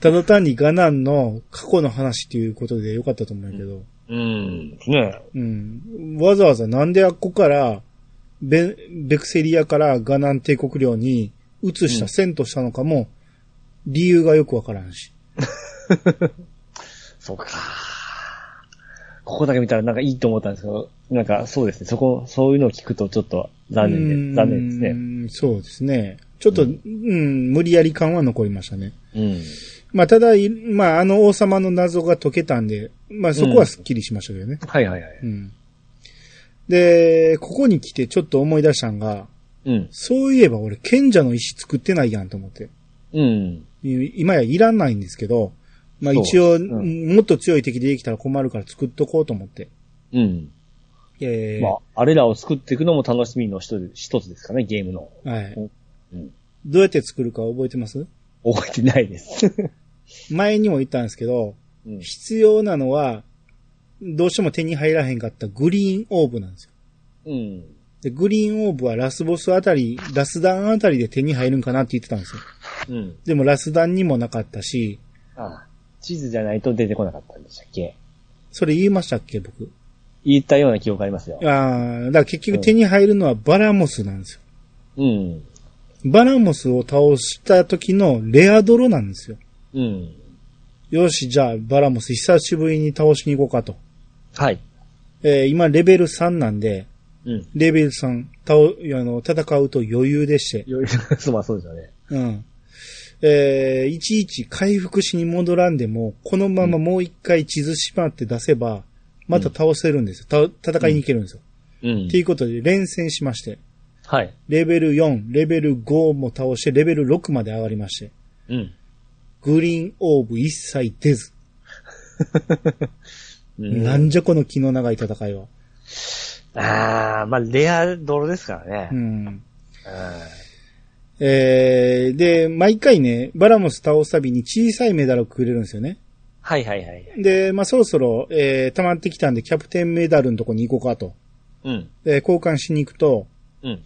ただ単にガナンの過去の話っていうことでよかったと思うけど、うん。ねうん。わざわざなんであっこから、ベ、ベクセリアからガナン帝国領に移した、うん遷都したのかも、理由がよくわからんし。そうか。ここだけ見たらなんかいいと思ったんですけど、なんかそうですね。そこ、そういうのを聞くとちょっと残念で、残念ですね。ね。そうですね。ちょっと、う、うん無理やり感は残りましたね。うん。まあ、ただ、いまあ、あの王様の謎が解けたんで、まあ、そこはスッキリしましたけどね。はいはいはい。うん。で、ここに来てちょっと思い出したんが、うん。そういえば俺、賢者の石作ってないやんと思って。うん。い今やいらないんですけど、まあそう一応、んもっと強い敵でできたら困るから作っとこうと思って。うん。えーまあ、あれらを作っていくのも楽しみの一つ一つですかね、ゲームの。はい、うんどうやって作るか覚えてます覚えてないです。 前にも言ったんですけど、うん必要なのは、どうしても手に入らへんかったグリーンオーブなんですよ。うん。で、グリーンオーブはラスボスあたり、ラスダンあたりで手に入るんかなって言ってたんですよ。うん。でもラスダンにもなかったし、ああ地図じゃないと出てこなかったんでしたっけそれ言いましたっけ、僕。言ったような記憶ありますよ。ああ、だから結局手に入るのはバラモスなんですよ。うん。バラモスを倒した時のレア泥なんですよ。うん。よし、じゃあバラモス久しぶりに倒しに行こうかと。はい。えー今レベル3なんで、うん。レベル3、倒、あの、戦うと余裕でして、よそうまあそうですよね。うん。えーいちいち回復しに戻らんでも、このままもう一回地図しまって出せば、また倒せるんですよ。た戦いに行けるんですよ。うんっていうことで連戦しまして、はい。レベル4、レベル5も倒して、レベル6まで上がりまして、 うん。グリーンオーブ一切出ず、うんなんじゃこの気の長い戦いは。ああ、まあ、レア泥ですからうね。ん。うえー、で、毎回ね、バラモス倒すたびに小さいメダルをくれるんですよね。んはいはいはい。で、まあ、そろそろ、えー、溜まってきたんで、キャプテンメダルのとこに行こうかと。うん。えー交換しに行くと、うん。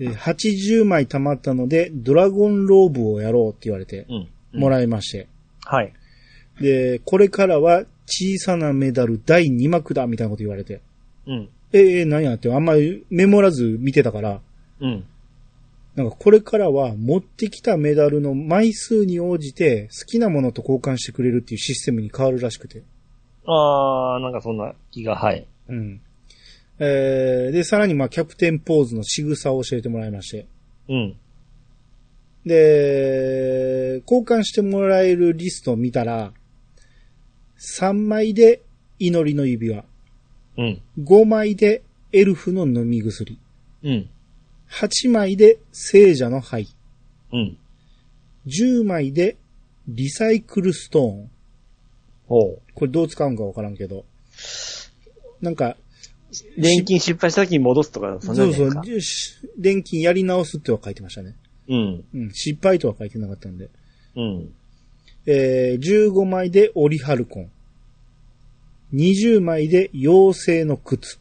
えー80枚溜まったので、ドラゴンローブをやろうって言われて、うん。もえ。らいまして。はい。で、これからは小さなメダル第2幕だみたいなこと言われて。うん。えー、えー、何やって、あんまりメモらず見てたから、うん。なんかこれからは持ってきたメダルの枚数に応じて好きなものと交換してくれるっていうシステムに変わるらしくて。ああ、なんかそんな気が、はい。うん。えー、で、さらにまあキャプテンポーズの仕草を教えてもらいまして。うん。で、交換してもらえるリストを見たら、3枚で祈りの指輪、うん。 5枚でエルフの飲み薬、うん。 8枚で聖者の灰、うん。 10枚でリサイクルストーン。ほう。これどう使うんかわからんけど。なんか、錬金失敗した時に戻すとか、そそんなんうじゃそなういですか。、錬金やり直すっては書いてましたね。うん。うん、失敗とは書いてなかったんで。うん。えー15枚でオリハルコン。20枚で妖精の靴。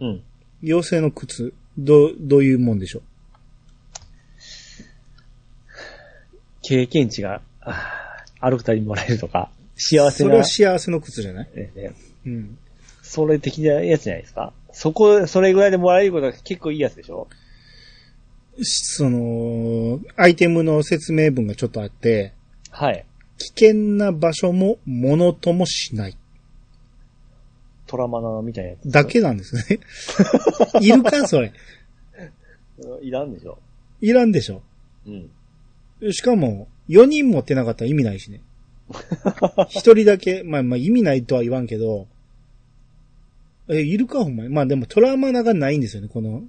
うん。妖精の靴、ど、どういうもんでしょ経験値が、あーある二人もらえるとか、う幸せそなれは、幸せの靴じゃないええねうん。それ的なやつじゃないですか。そこ、それぐらいでもらえることが結構いいやつでしょしその、アイテムの説明文がちょっとあって、はい。危険な場所も物ともしない。トラマナみたいなやつ。だけなんです ね。いるかそれ。うんいらんでしょ。いらんでしょ。うん。しかも、4人持ってなかったら意味ないしね。1人だけ、まあまあ意味ないとは言わんけど、え、いるかほんまに。まあでもトラウマながないんですよね、この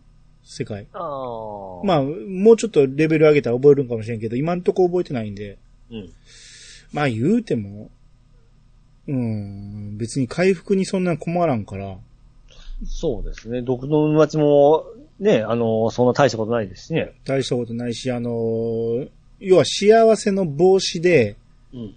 世界。ああ。まあ、もうちょっとレベル上げたら覚えるんかもしれんけど、今んとこ覚えてないんで、うん。まあ言うても、うーん、別に回復にそんな困らんから、そうですね。毒の町も、ね、あの、そんな大したことないですしね。大したことないし、あのー要は幸せの帽子でうん。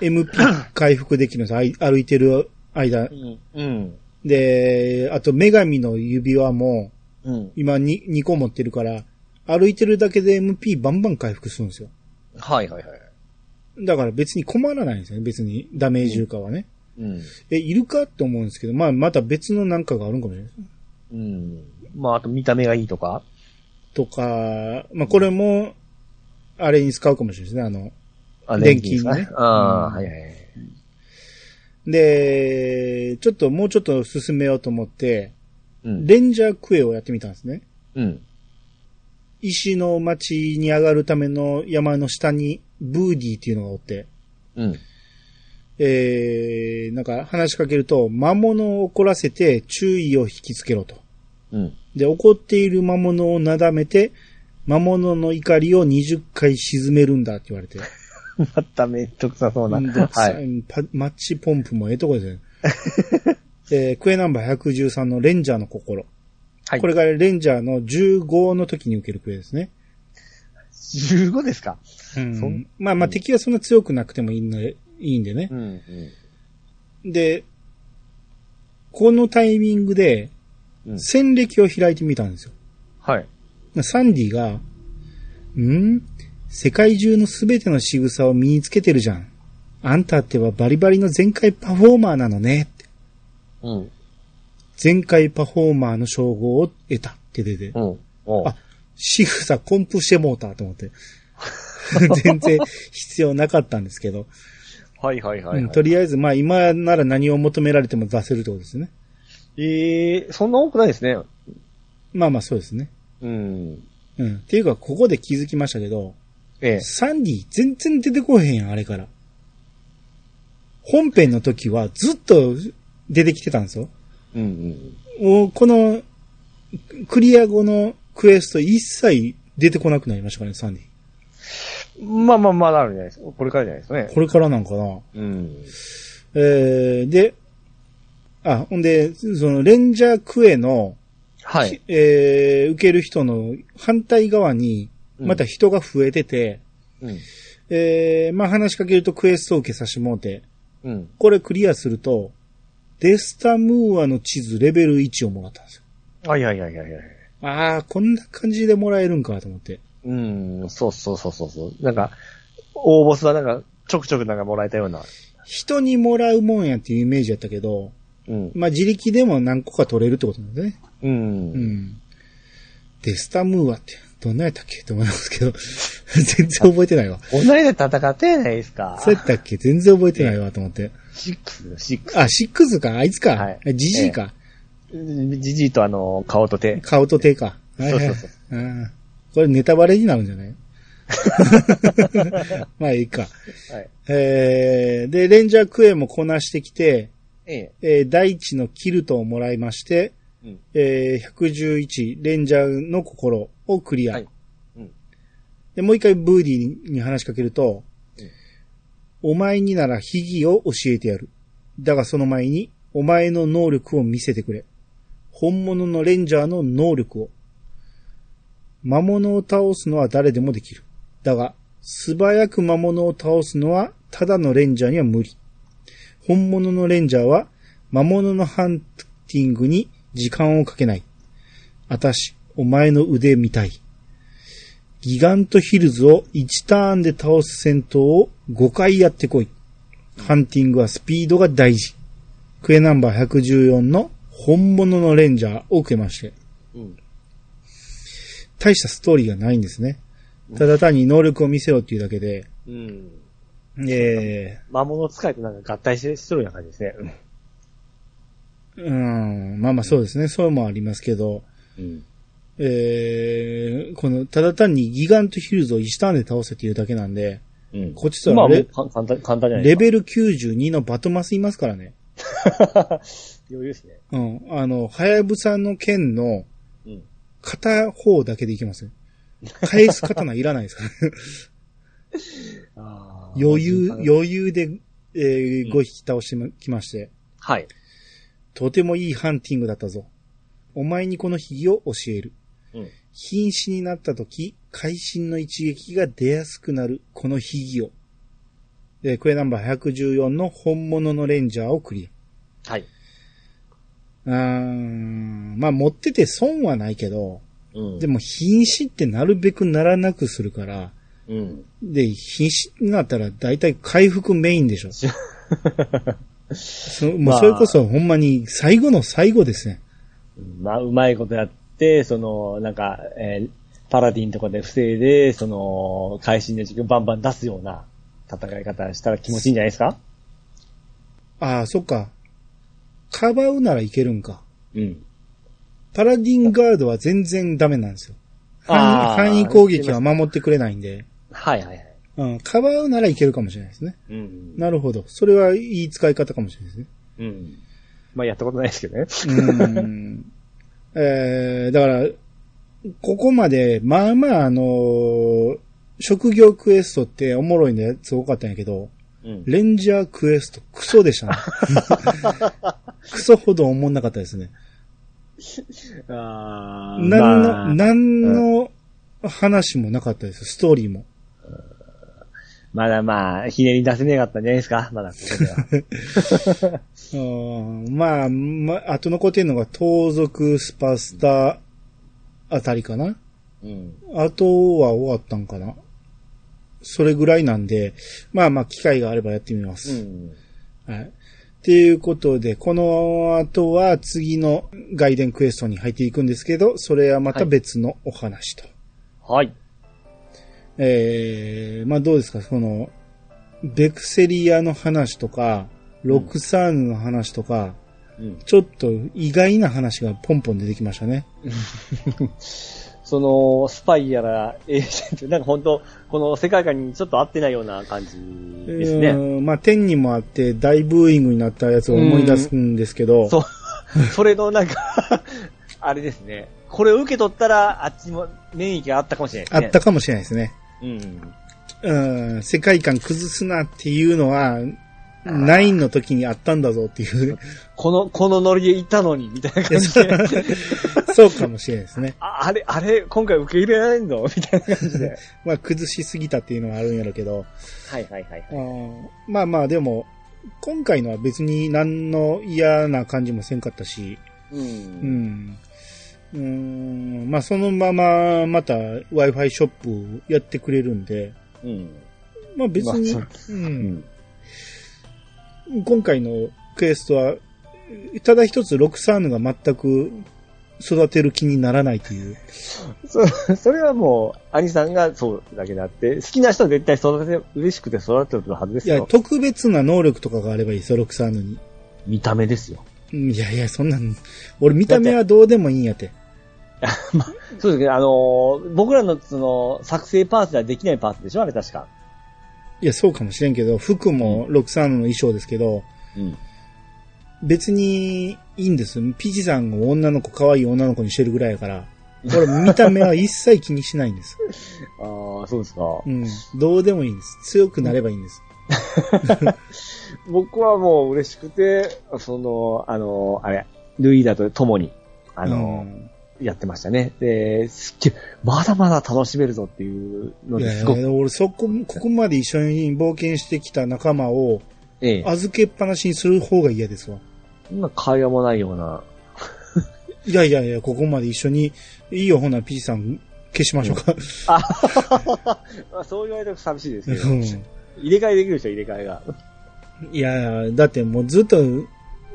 MP 回復できるんですあい歩いてる間うん。うん。で、あと女神の指輪も、うん。今に2個持ってるから、歩いてるだけで MP バンバン回復するんですよ。はいはいはい。だから別に困らないんですよね、別にダメージ床はね。うん。え、いるかって思うんですけど、まあまた別のなんかがあるんかもしれない。うん。まあ、あと見た目がいいとか。とか、まあこれも、あれに使うかもしれないですね、あ電気ですかねああ、うんはいはいはあい。の。で、ちょっともうちょっと進めようと思って、うん。レンジャークエをやってみたんですね。うん。石の町に上がるための山の下に、ブーディーっていうのがおって、うん。えー、なんか話しかけると、魔物を怒らせて注意を引きつけろと。うん。で、怒っている魔物をなだめて、魔物の怒りを20回沈めるんだって言われて。まためんどくさそうな。めんどくさはい。いパマッチポンプもええとこですね。 えークエナンバー113のレンジャーの心。はいこれがレンジャーの15の時に受けるクエですね。 15ですかうんそんまあまあ敵はそんな強くなくてもいいんでいいんでね。ん。うん。で、このタイミングでうん、戦歴を開いてみたんですよ。はい。サンディが、ん世界中のすべての仕草を身につけてるじゃん。あんたってはバリバリの全開パフォーマーなのね。うん。全開パフォーマーの称号を得たって出てう、ん。おうあ仕草コンプしてもうたと思って。 全然必要なかったんですけど、はいはいはいうんはい。とりあえず、まあ今なら何を求められても出せるってことですね。ええそんな多くないですね。まあまあそうですね。うん。うん。っていうか、ここで気づきましたけど、ええ。サンディ全然出てこへんやん、あれから。本編の時はずっと出てきてたんですよ。うんうん。もうこの、クリア後のクエスト一切出てこなくなりましたからね、サンディ。まあまあまだあるじゃないですか。これからじゃないですかね。これからなんかな。うん。えー、で、あ、ほんで、その、レンジャークエの、はい。えー、受ける人の反対側に、また人が増えてて、うん。えー、まあ話しかけるとクエストを受けさせてもうて、うん。これクリアすると、デスタムーアの地図レベル1をもらったんですよ。はいはいはいはいはい。ああ、こんな感じでもらえるんかと思って。うん、そうそうそうそうそう。なんか、大ボスはなんか、ちょくちょくなんかもらえたような。人にもらうもんやっていうイメージやったけど、うん。まあ自力でも何個か取れるってことなんですね。う。うんん。デスタムーアって、どんなんやったっけって思いますけど、 全然覚えてないわ。同じで戦ってやないですか。そうやったっけ全然覚えてないわと思って。シックス、シックあ、シックスかあいつか、はいジジイか、ス。じじいとあの、顔と手。顔と手か。はいはい。そうそううんこれネタバレになるんじゃない まあいいか。はい。えーで、レンジャークエもこなしてきて、ええ。えー第一のキルトをもらいまして、うんえー111、レンジャーの心をクリア。はいうんでもう一回ブーディーにに話しかけると、うんお前になら秘技を教えてやる。だがその前に、お前の能力を見せてくれ。本物のレンジャーの能力を。魔物を倒すのは誰でもできる。だが、素早く魔物を倒すのは、ただのレンジャーには無理。本物のレンジャーは、魔物のハンティングに時間をかけない。あたし、お前の腕見たい。ギガントヒルズを1ターンで倒す戦闘を5回やってこい。ハンティングはスピードが大事。クエナンバー114の本物のレンジャーを受けまして。うん。大したストーリーがないんですね。ただ単に能力を見せようっていうだけで、うん。え魔物使いとなんか合体して、してるような感じですね。ー、うん、まあまあそうですね、そうもありますけど、うん。えー、この、ただ単にギガントヒルズを1ターンで倒せっていうだけなんで、うん。こっちと今ははもレう簡簡単、簡単じゃないでレすか。ベル92のバトマスいますからね。 余裕ですね。うん、あの、はやぶさの剣のうん。片方だけでいけますよ。返す刀いらないです から、あー余裕、。余裕で、えー、5匹倒してきまして、はい。とてもいいハンティングだったぞ。お前にこの秘技を教える。うん。瀕死になった時、会心の一撃が出やすくなる、この秘技を。で、クエナンバー114の本物のレンジャーをクリはい。ア。うーん、まあ持ってて損はないけど、うん。でも瀕死ってなるべくならなくするから、うん。 で、瀕死になったら大体回復メインでしょ。そもまうあそれこそほんまに最後の最後ですね。まあ、うまいことやって、その、なんか、えーパラディンとかで不正で、その、会心の時間バンバン出すような戦い方したら気持ちいいんじゃないですかああ、そっか。かばうならいけるんか。うん。パラディンガードは全然ダメなんですよ。範あ囲ー範囲攻撃は守ってくれないんで。はいはいはい。うん。かばうならいけるかもしれないですね。うん。なるほど。それはいい使い方かもしれないでうん。まあ、やったことないですけどね。すね。う ーん。えー、だから、ここまで、まあまあ、あのー職業クエストっておもろいのやつ多かったんやけど、うん。レンジャークエストクソで したね。クソほど思んなかったですね。あー何まあの、何の話もなかったです。ストーリーも。まだまあ、ひねり出せねえかったんじゃないですかまだここで は。うんまあ、まあ、あと残ってんのが、盗賊、スパスタ、あたりかな。うん。あとは終わったんかな。それぐらいなんで、まあまあ、機会があればやってみまうす。ん。はい。っていうことで、この後は次の外伝クエストに入っていくんですけど、それはまた別のお話と。はい。えー、まあどうですか、その、ベクセリアの話とか、ロクサーヌの話とか、 うん。ちょっと意外な話がポンポン出てきましたね。その、スパイやら、エージェント、なんか本当この世界観にちょっと合ってないような感じですうね。ーんまあ、天にもあって大ブーイングになったやつを思い出すんですけど、そう。 それのなんか、 あれですね。これを受け取ったら、あっちも免疫があったかもしれないあでっすね。たかもしれないですね。うん。うん、世界観崩すなっていうのは、ナインの時にあったんだぞっていう、この、このノリでいたのに、みたいな感じで。 そうかもしれないですね。ああれ、あれ、今回受け入れられんのみたいな感じ で。まあ、崩しすぎたっていうのはあるんやろうけど、はいはいはいはい。うんまあまあでも、今回のは別に何の嫌な感じもせんかったし、う。うんん。うん、まあそのまままた Wi-Fi ショップやってくれるんで、うん。まあ別に、まあうん、今回のクエストは、ただ一つロクサーヌが全く育てる気にならないという。そそれはもう、兄さんがそうだけであって、好きな人は絶対育てて、嬉しくて育ててるはずでいすや、よ。特別な能力とかがあればいいですよ、ロクサーヌに。見た目ですよ。うんいやいや、そんなん、俺見た目はどうでもいいんやって。そうですね、あのー僕らのその、作成パーツではできないパーツでしょあれ確か。いや、そうかもしれんけど、服もロクサーヌの衣装ですけど、うん。別にいいんです。ピチさんが女の子、可愛い女の子にしてるぐらいやから、俺見た目は一切気にしないん です。ああ、そうですか。うん。どうでもいいんです。強くなればいいんです。僕はもう嬉しくて、その、あのーあれ、ルイーダと共に、あうのーんやってましたね。で、すっげえまだまだ楽しめるぞっていうのいでやいすごく、や俺そこ、ここまで一緒に冒険してきた仲間をええ、預けっぱなしにする方が嫌ですわ。そんな会話もないような、いやいやいや、ここまで一緒に、いいよ、ほな、P さん消しましょうか。まあ、そう言われると寂しいですけど、うん入れ替えできるでしょ、入れ替えが。いや、だってもうずっと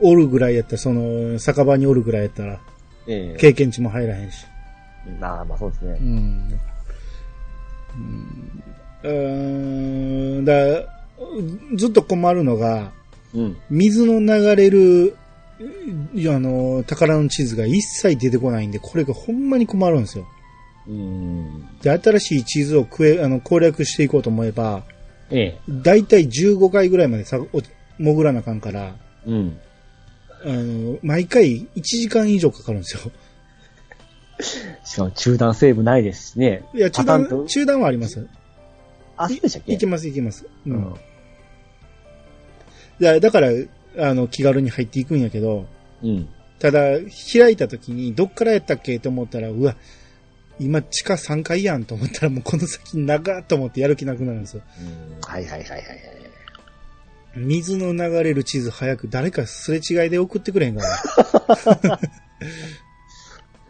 おるぐらいやったら、その、酒場におるぐらいやったら、ええ。経験値も入らへんし。なあ、まあそうですねう。ん。うん、うーんだずっと困るのが、うん。水の流れる、いやあの、宝の地図が一切出てこないんで、これがほんまに困るんですよ。うん。で、新しい地図をくえあの攻略していこうと思えば、ええ。だいたい15回ぐらいまでさお潜らなあかんから、うん。あの、毎回1時間以上かかるんです よ。しかも中断セーブないですしね。いや、中パター断、ンと中断はあります。あ、そうでしたっけいけます、いけます。ううんん。。だだから、あの、気軽に入っていくんやけど、うん。ただ、開いた時に、どっからやったっけと思ったら、うわ、今、地下3階やんと思ったら、もうこの先長っと思ってやる気なくなるんですよ。うんはいはいはいはいはい。水の流れる地図早く、誰かすれ違いで送ってくれへんか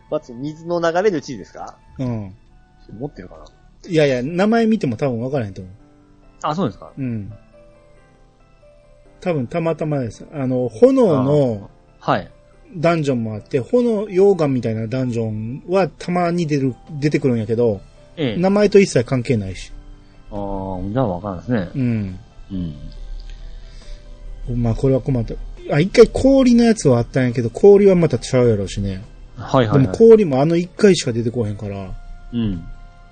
まず、水の流れる地位ですか な。うん。持ってるかないやいや、名前見ても多分分からへんと思あ、そうですかう。うん。多分、たまたまです。あの、炎のはい。ダンジョンもあって、炎溶岩みたいなダンジョンはたまに出る、出てくるんやけど、ええ。名前と一切関係ないし。あーじゃあわかんないですうね。ん。うん。まあこれは困った。あ、一回氷のやつはあったんやけど、氷はまたちゃうやろうしね。はいではいもはい。氷もあの一回しか出てこへんから、うん。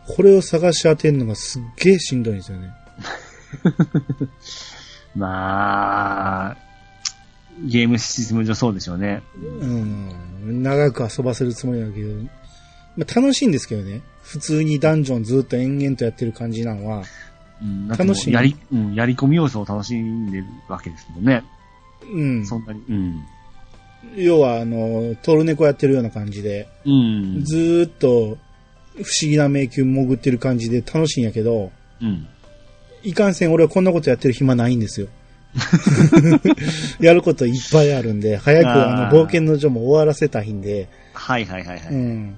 これを探し当てんのがすっげえしんどいんですよね。まあ、ゲームシステム上そうでしょうね。うん。長く遊ばせるつもりだけど、まあ楽しいんですけどね。普通にダンジョンずっと延々とやってる感じなんは、うん、だってもう楽しみやり、うん、やり込み要素を楽しんでるわけですもんね。うん。そんなに。うん。要はあの、トルネコやってるような感じで、うん。ずーっと不思議な迷宮潜ってる感じで楽しいんやけど、うん。いかんせん俺はこんなことやってる暇ないん ですよ。やることいっぱいあるんで、早くああーの冒険の女も終わらせたいんで、はいはいはいはうい。ん。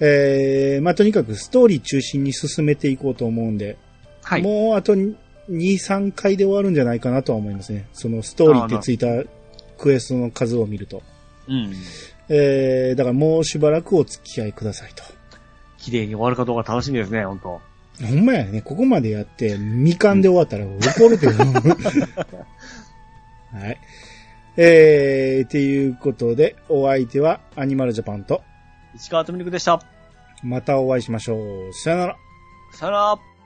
えー、まあ、とにかくストーリー中心に進めていこうと思うんで、はい。もうあと2、3回で終わるんじゃないかなとは思いますね。そのストーリーってついたクエストの数を見ると。うん。えー、だからもうしばらくお付き合いくださいと。綺麗に終わるかどうか楽しみですね、本当ほんまやね、ここまでやって、未完で終わったら怒るけど。はい。えー、っていうことで、お相手はアニマルジャパンと、石川とみるくでした。またお会いしましょう。さよなら。さよなら。